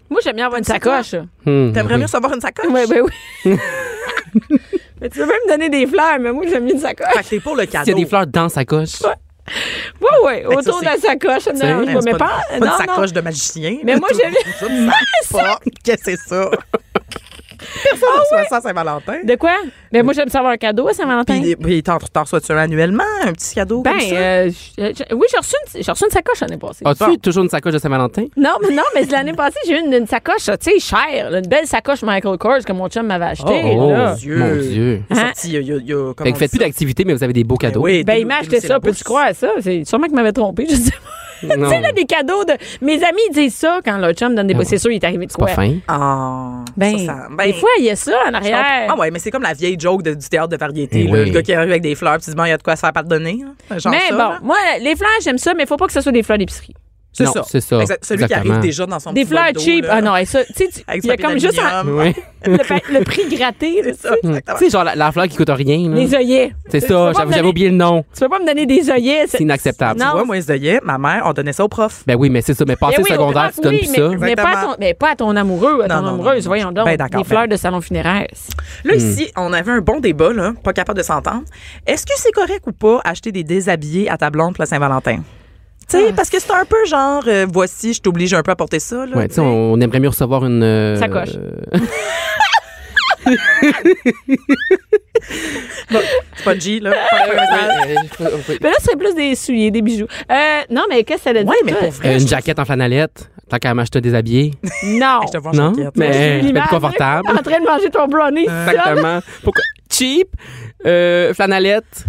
Moi, j'aime bien avoir une sacoche.
Hum.
T'aimerais mieux savoir une sacoche?
Oui, ben oui. (laughs) mais tu peux même me donner des fleurs, mais moi, j'aime mieux une sacoche.
Fait que c'est pour le cadeau.
S'il y a des fleurs dans sa coche.
Oui, oui,
que
autour
ça,
de la sacoche. ben, ça me dérange
hein, c'est-
pas,
Ah, C'est
mais pas.
pas, une- pas
non,
une
non.
sacoche de magicien.
Mais
là,
moi,
tout-
j'aime-
tout ça,
(laughs)
ça (laughs) pas. Ah, Qu'est-ce que c'est ça? Personne ne reçoit ça à Saint-Valentin.
De quoi? Ben moi, j'aime savoir un cadeau à Saint-Valentin.
Puis, puis t'en t'en reçois-tu un annuellement, un petit cadeau
Ben,
comme ça?
euh, je- je- oui, j'ai reçu, une- j'ai reçu une sacoche l'année passée.
As-tu toujours une sacoche de Saint-Valentin?
Non, mais non, mais l'année passée, j'ai eu une, une sacoche, tu sais, chère, là, une belle sacoche Michael Kors que mon chum m'avait achetée.
Oh,
là.
Dieu.
mon Dieu.
C'est
hein?
sorti, il y a- il y a- il y a- comment
Fait que
on
faites
dit
plus d'activité, mais vous avez des beaux
ça?
cadeaux.
Oui,
Ben, il
dénouez-
m'a acheté
dénouez la
ça.
bourse.
Peux-tu croire à ça? C'est sûrement qu'il m'avait trompé, je sais pas.
Non.
tu sais, là, des cadeaux de. Mes amis ils disent ça quand leur chum donne des.
Oh. Ah ouais.
C'est sûr, il est arrivé de
C'est pas
quoi?
fin.
Ah,
Ben,
ça, ça- ben,
des fois, il y a ça en
je comprends.
arrière.
Ah ouais, mais c'est comme la vieille joke de- du théâtre de variété.
Eh
là,
oui.
Le gars qui arrive avec des fleurs, puis tu dis, bon, il y a de quoi se faire pardonner. hein, genre
mais
ça,
bon,
là.
moi, les fleurs, j'aime ça, mais faut pas que ce soit des fleurs d'épicerie.
c'est
Non,
ça.
c'est ça,
Exact- Celui qui
exactement.
arrive déjà dans son
Des
petit bol
fleurs
d'eau,
cheap.
là,
Ah non, et ça, tu sais, tu-
Avec
il
du
y a
papier
comme juste un-
d'aluminium.
(laughs) Oui.
le, pa- le prix
(laughs)
gratté. là, tu sais.
Tu sais, genre la, la fleur qui coûte rien. là.
Les œillets.
C'est
Tu peux
ça,
pas
j'avais
me
j'avais
donner-
oublié le nom.
Tu peux pas me donner des œillets.
C'est inacceptable.
Non,
Tu vois, moi, les œillets, ma mère, on donnait ça au prof.
Ben oui, mais c'est ça. Mais passer
Ben oui,
secondaire,
au
tu donnes
oui,
plus
mais,
ça.
Mais pas, à
Exactement.
ton, mais pas à ton amoureux, à ton
Non, non, non,
amoureuse,
non,
voyons
non.
donc.
Ben
des
d'accord,
fleurs
ben.
de salon funéraire.
Mm.
Là, ici, on avait un bon débat, là, pas capable de s'entendre. Est-ce que c'est correct ou pas acheter des déshabillés à ta blonde pour la Saint-Valentin? Tu
Ah.
sais, parce que c'est un peu genre, euh, voici, je t'oblige un peu à porter ça. Là,
Ouais, tu sais, on, on aimerait mieux recevoir une. euh, (laughs)
Sacoche.
euh,
Spongy, là. pas un peu sale.
Euh,
Mais là, c'est plus des souliers, des bijoux. Euh, non, mais qu'est-ce que ça veut dire? Euh,
Ouais, mais
toi?
pour vrai.
une jaquette en flanellette. Tant qu'à m'acheter déshabillé.
Non.
(laughs) Je te vois en
non?
jaquette.
Mais c'est
L'image, (laughs)
plus confortable.
En train de manger ton brownie. c'est ça?
Exactement. Pourquoi? Cheap. euh, flanellette.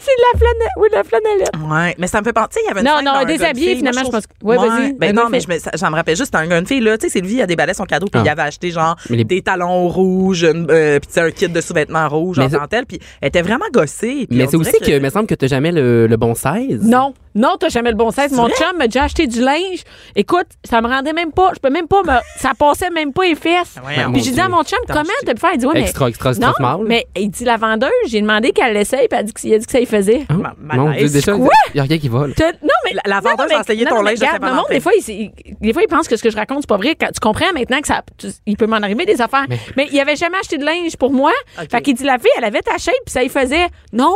C'est de la flanelle. Oui, de la flanellette.
Ouais, mais ça me fait penser, il y avait une
Non,
scène
non,
dans un
déshabillé,
gars de fille.
finalement,
Moi,
je pense
trouve-
que- ouais, vas-y, un
Ben
gars
non,
de
mais
fille.
je me, ça, ça me rappelle juste, c'était un gars de fille, là. Tu sais, Sylvie, elle déballait son cadeau, puis
Ah.
il avait acheté, genre,
Mais les-
des talons rouges, une, euh, puis tu sais, un kit de sous-vêtements rouges
Mais
en
ça-
dentelle, puis elle était vraiment gossée. puis
Mais
on
c'est aussi
dirait
que, il me semble que t'as jamais le, le bon size.
Non, non, t'as jamais le bon sens. Mon chum m'a déjà acheté du linge. Écoute, ça me rendait même pas. Je peux même pas me. (laughs) Ça passait même pas les fesses.
Ben,
voyons.
Puis j'ai dit à mon chum,
T'as
comment
acheté-
t'as pu faire? Il dit, ouais, mais.
Extra, extra, extra
non,
small.
mais il dit la vendeuse, j'ai demandé qu'elle l'essaye, puis elle dit que- il a dit que ça y faisait.
Hein?
Ma- malaise.
Mon Dieu, déjà,
Quoi?
il y a rien qui vole.
T'as- Non, mais.
Ah. La- la
non,
vendeuse
non, mais-
a essayé
non,
ton
non, mais
linge de
regarde, le monde,
Saint-Valentin.
des fois, il, s'est- il- des fois, il pense que ce que je raconte, c'est pas vrai. Quand tu comprends maintenant que ça, tu- il peut m'en arriver des affaires. Mais, il avait jamais acheté de linge pour moi. Fait qu'il dit, la fille, elle avait ta shape, puis ça y faisait. Non,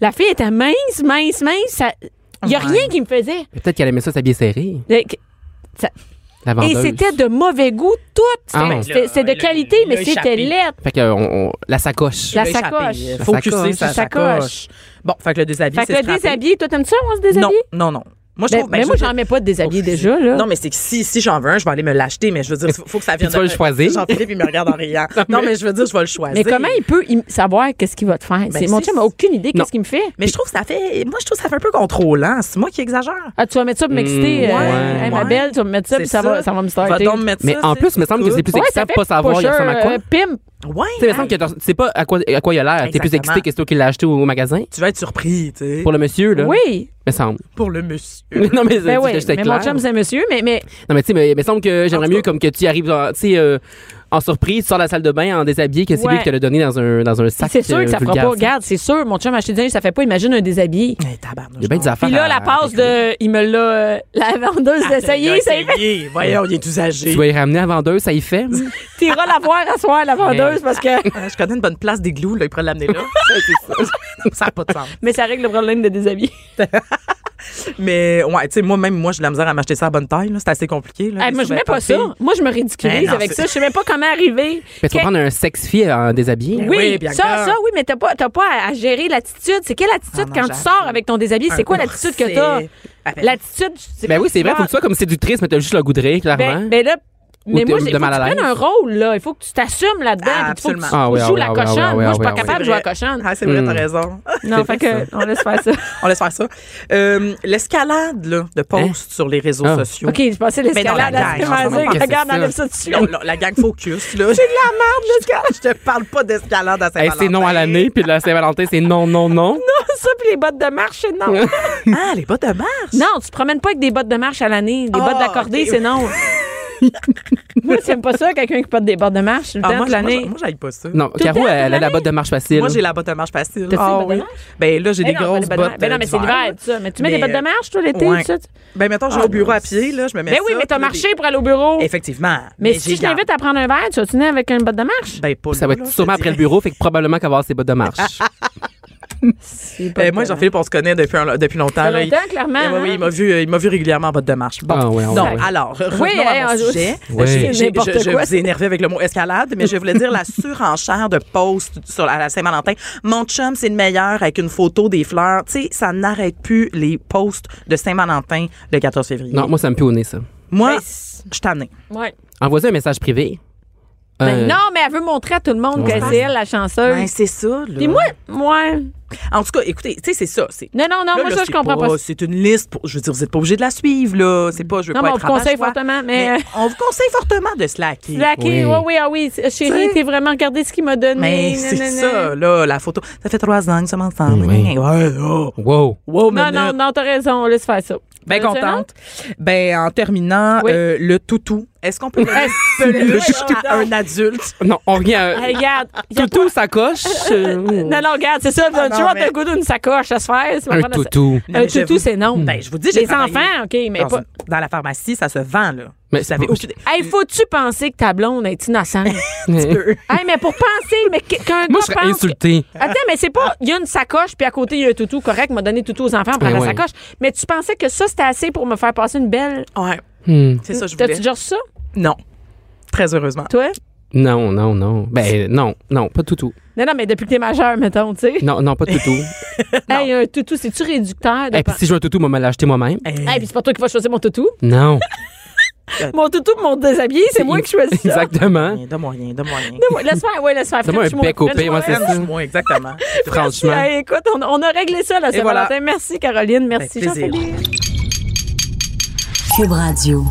la fille était mince, mince, mince. ça- Il n'y a rien qui me faisait.
Mais Peut-être qu'elle aimait ça s'habiller serré.
Le- que-
La
Et
vendeuse.
c'était de mauvais goût, tout.
Ah,
C'était-
ouais.
C'était c'était de
Là,
qualité,
là,
mais
là,
c'était
échappé.
laid.
Fait que euh, on- on- la sacoche.
La
que-
sacoche.
échappé, euh,
La
Focusser
sacoche.
sa
La
sacoche. Bon, fait que le déshabillé,
Fait que
c'est
le
se frapper.
déshabillé, toi, t'aimes ça, moi, se déshabiller?
Non, non, non. Moi, je
Ben,
trouve. ben,
mais
je
moi,
veux
j'en
dire-
mets pas de déshabillé
Oh, c'est-
déjà, là.
Non, mais c'est que si, si j'en veux un, je vais aller me l'acheter, mais je veux dire, faut, faut que ça
(laughs)
vienne.
tu vas le choisir.
(laughs) Jean-Philippe, il me regarde en riant. Non, mais je veux dire, je vais le choisir.
Mais comment il peut im- savoir qu'est-ce qu'il va te faire? C'est- mon
c'est-
chum n'a aucune idée
Non.
qu'est-ce qu'il me fait.
Mais je trouve que ça fait. Eh, Moi, je trouve que ça fait un peu contrôlant. C'est moi qui exagère.
Ah, tu vas mettre ça pour m'exciter,
Mm,
euh,
ouais,
hey, ma
ouais.
belle, tu vas me mettre ça,
C'est
puis ça, Va, ça va me starter.
Va donc me mettre
Mais
ça,
en
c'est-
plus, me semble que c'est plus
Ouais, ça
excitant de
fait
pas savoir il
pusher,
ressemble à quoi.
euh, pimp.
Ouais. hein.
Tu sais, il me semble que t'as- tu sais pas à quoi, à quoi il a l'air. T'es plus
Exactement.
excité que c'est toi qui l'as acheté au, au magasin.
Tu vas être surpris, tu sais.
Pour le monsieur, là.
Oui,
Me semble.
Pour le monsieur.
non, (laughs) mais,
ben
euh,
oui.
j'étais
Mais
clair.
mon chum, c'est monsieur, mais, mais
Non, mais tu sais, mais- me semble que j'aimerais
En tout
mieux
cas.
comme que tu arrives, en- tu sais, euh, en surprise, tu sors de la salle de bain en déshabillé, que c'est
Ouais.
lui qui te l'a donné dans un, dans un sac.
c'est sûr
euh,
que ça fera
vulgaire,
pas.
tu sais.
Regarde, c'est sûr, mon chum a acheté du linge, ça fait pas. Imagine un déshabillé.
Hey, tabarnouche.
Il y a bien des affaires.
Puis là,
à-
la passe
à-
de. Il me l'a. euh, la vendeuse
Ah, il a
d'essayer, ça y fait.
essayé. Voyons, il est usagé.
Tu vas y ramener à la vendeuse, ça
(laughs)
y fait.
T'iras la voir à soir, la vendeuse, parce que.
(laughs) Ah, Je connais une bonne place d'églou, là, il
(laughs)
pourrait l'amener là. (laughs) ça n'a pas de sens.
Mais ça règle le problème de déshabiller.
Mais ouais, tu sais, moi même, moi, j'ai de la misère à m'acheter ça à bonne taille. là. C'est assez compliqué. Là,
Ah,
les
moi, je mets pas ça.
sous-vêtements de filles.
Moi, je me ridiculise
Ben non,
avec ça.
c'est-
Je sais même pas comment arriver.
Mais tu vas prendre un sex-fille en déshabillé.
Oui,
oui, Bianca.
ça, ça, oui, mais t'as pas, t'as pas à, à gérer l'attitude. C'est quelle attitude
Ah non,
quand tu
j'avoue.
sors avec ton déshabillé? C'est quoi
Un
l'attitude que
corset.
t'as?
Ah, ben,
L'attitude, c'est
Ben oui, c'est vrai, faut que tu sois comme séductrice, mais t'as juste le goût de rire, clairement.
Ben, ben là, mais
t'es
moi,
de
j'ai- faut que
mal à
tu
l'aise.
prennes un rôle, là. Il faut que tu t'assumes là-dedans.
Ah,
puis il faut que tu
absolument.
Ah oui, ah
joues
oui,
la
ah oui,
cochonne.
ah oui,
moi, je suis
ah
pas
oui,
capable de
c'est
jouer la
vrai.
cochonne.
Ah, c'est vrai,
Hmm.
t'as raison.
Non, fait
vrai,
que, (laughs) on laisse
(laughs)
faire ça.
On laisse faire ça. Euh, L'escalade là, de posts
Hein?
sur les réseaux
Ah.
sociaux.
OK, je pensais l'escalade
Mais non,
à
la
ce
gang,
moment-là.
on s'en
Regarde,
fout. Qu'est-ce
enlève
que
ça dessus.
Non, non, la gang focus, là. C'est de la merde, l'escalade. Je te parle pas d'escalade à
Hey,
Saint-Valentin.
Eh, c'est non à l'année, puis la Saint-Valentin, c'est non, non, non.
(laughs)
Ça, puis les bottes de marche, c'est non.
Ah, les bottes de marche.
Non, tu te promènes pas avec des bottes de marche à l'année. Des
Ah,
bottes d'accordé,
ok.
c'est
(laughs)
non. Moi, j'aime pas ça, quelqu'un qui porte des bottes de marche tout le
Ah,
temps
moi,
de
j'ai- moi,
l'année.
j'ai- moi, j'aille pas ça.
Non, Caro,
temps,
elle, elle a la
l'année.
botte de marche facile.
Moi, j'ai la botte de marche facile.
T'as-tu
Ah
une botte de
oui.
marche?
Ben là, j'ai
Ben
des
non, pas
grosses
les bottes de
bottes.
marche. Ben non,
euh,
mais c'est
d'hiver.
l'hiver, tout ça. Mais tu mets des
Mais,
bottes de marche, toi, l'été,
ouais.
tout ça. tu-
Ben mettons, je vais au bureau à pied, là, je me mets
Ben
ça.
oui, mais t'as
puis là, des-
marché pour aller au bureau.
Effectivement.
Mais si
j'ai
je t'invite à prendre un verre, tu vas tenir avec une botte de marche?
Ben pas
Ça
là,
va
là,
être
je
sûrement
te
après le
dirais.
bureau, fait que probablement qu'elle va avoir ses bottes de
Ah,
marche.
Euh, moi,
hein.
Jean-Philippe, on se connaît depuis, un- depuis longtemps.
Ça fait
là. Il-
longtemps, clairement,
Eh oui, oui,
hein.
il m'a vu, euh, il m'a vu régulièrement en botte de marche. Bon.
Ah, ouais, ouais,
Donc,
ouais.
alors, revenons
Oui,
à mon
hey, on-
sujet.
Ouais.
J'ai- j'ai-
N'importe
je, je
quoi.
vous ai énervé avec le mot escalade, mais je voulais dire la surenchère de posts sur, à la Saint-Valentin. Mon chum, c'est le meilleur avec une photo des fleurs. Tu sais, ça n'arrête plus les posts de Saint-Valentin le 14 février.
non, moi, ça me pue au nez, ça.
Moi,
Ben,
je suis tannée.
Ouais.
Envoie-y un message privé.
Ben
Euh,
non, mais elle veut montrer à tout le monde
Ouais.
que c'est elle, la chanceuse.
Ben, c'est ça, là.
Puis moi, moi.
En tout cas, écoutez, tu sais, c'est ça. c'est-
Non, non, non,
Là,
moi,
là,
ça, je
c'est
comprends pas. ça.
C'est une liste. Pour, je veux dire, vous n'êtes pas obligé de la suivre, là. C'est pas, je veux
Non,
pas
mais on
être
vous conseille
rabat-joie,
fortement, mais-
on vous conseille fortement de slacker.
Slacké,
Oui.
oui, oui, ah oui. c'est- Chérie,
T'sais.
t'es vraiment regardé ce qu'il m'a donné.
Mais
Nanana.
c'est ça, là, la photo. Ça fait trois ans que nous sommes ensemble.
Oui.
Ouais, oh.
Wow.
Wow,
Non, non, non, t'as raison, laisse faire ça.
Bien
T'en as-tu un autre?
contente. Ben, en terminant,
Oui.
euh, le toutou. Est-ce qu'on peut le le toutou à un adulte?
Non, on revient.
Hey, Regarde.
(laughs)
y a
toutou, euh, ça
(laughs)
coche.
pas- Non, non, regarde, c'est ça.
Ah,
tu
non,
vois,
mais-
t'as le goût d'une sacoche à se faire. c'est
Un
pas mal de ça.
toutou.
Non,
Un
mais j'avoue.
toutou, c'est non.
Ben, je vous dis, j'ai
Les
travaillé
enfants, OK, mais
dans,
pas.
une- dans la pharmacie, ça se vend, là.
Mais
vous
c'est
(laughs)
savez,
pas-
aucune-
Hey, faut-tu penser que ta blonde est
(laughs)
innocente? hey, mais pour penser, mais que- qu'un
Moi,
gars
je serais
pense
insulté.
que- Attends, mais c'est pas. Il y a une sacoche, puis à côté, il y a un toutou correct, m'a donné toutou aux enfants, on prend la
Ben ouais.
sacoche. Mais tu pensais que ça, c'était assez pour me faire passer une belle.
Ouais,
Hmm.
c'est ça, je voulais.
T'as-tu déjà reçu ça,
Non. Très heureusement.
toi?
Non, non, non. Ben, non, non, pas toutou.
Non, non, mais depuis que t'es majeur, mettons, tu sais.
Non, non, pas
(laughs)
toutou.
Hey, un toutou, c'est-tu réducteur? De
Et puis si je veux un toutou, moi, me l'acheter moi-même.
Eh,
Hey, puis c'est pas toi qui vas choisir mon toutou.
Non.
Mon toutou, mon déshabillé, c'est moi qui choisis ça. (laughs)
Exactement.
Rien, Donne-moi rien, donne-moi rien.
Donne-moi- Laisse faire, ouais, laisse faire.
Donne-moi
French
un bec au
French
pire, moi, c'est
French.
ça.
Moi, exactement.
Franchement.
Hey, écoute, on, on a réglé ça, la
Et voilà.
Saint-Valentin. Merci, Caroline. Merci,
plaisir.
Jean-Philippe.
Cube Radio.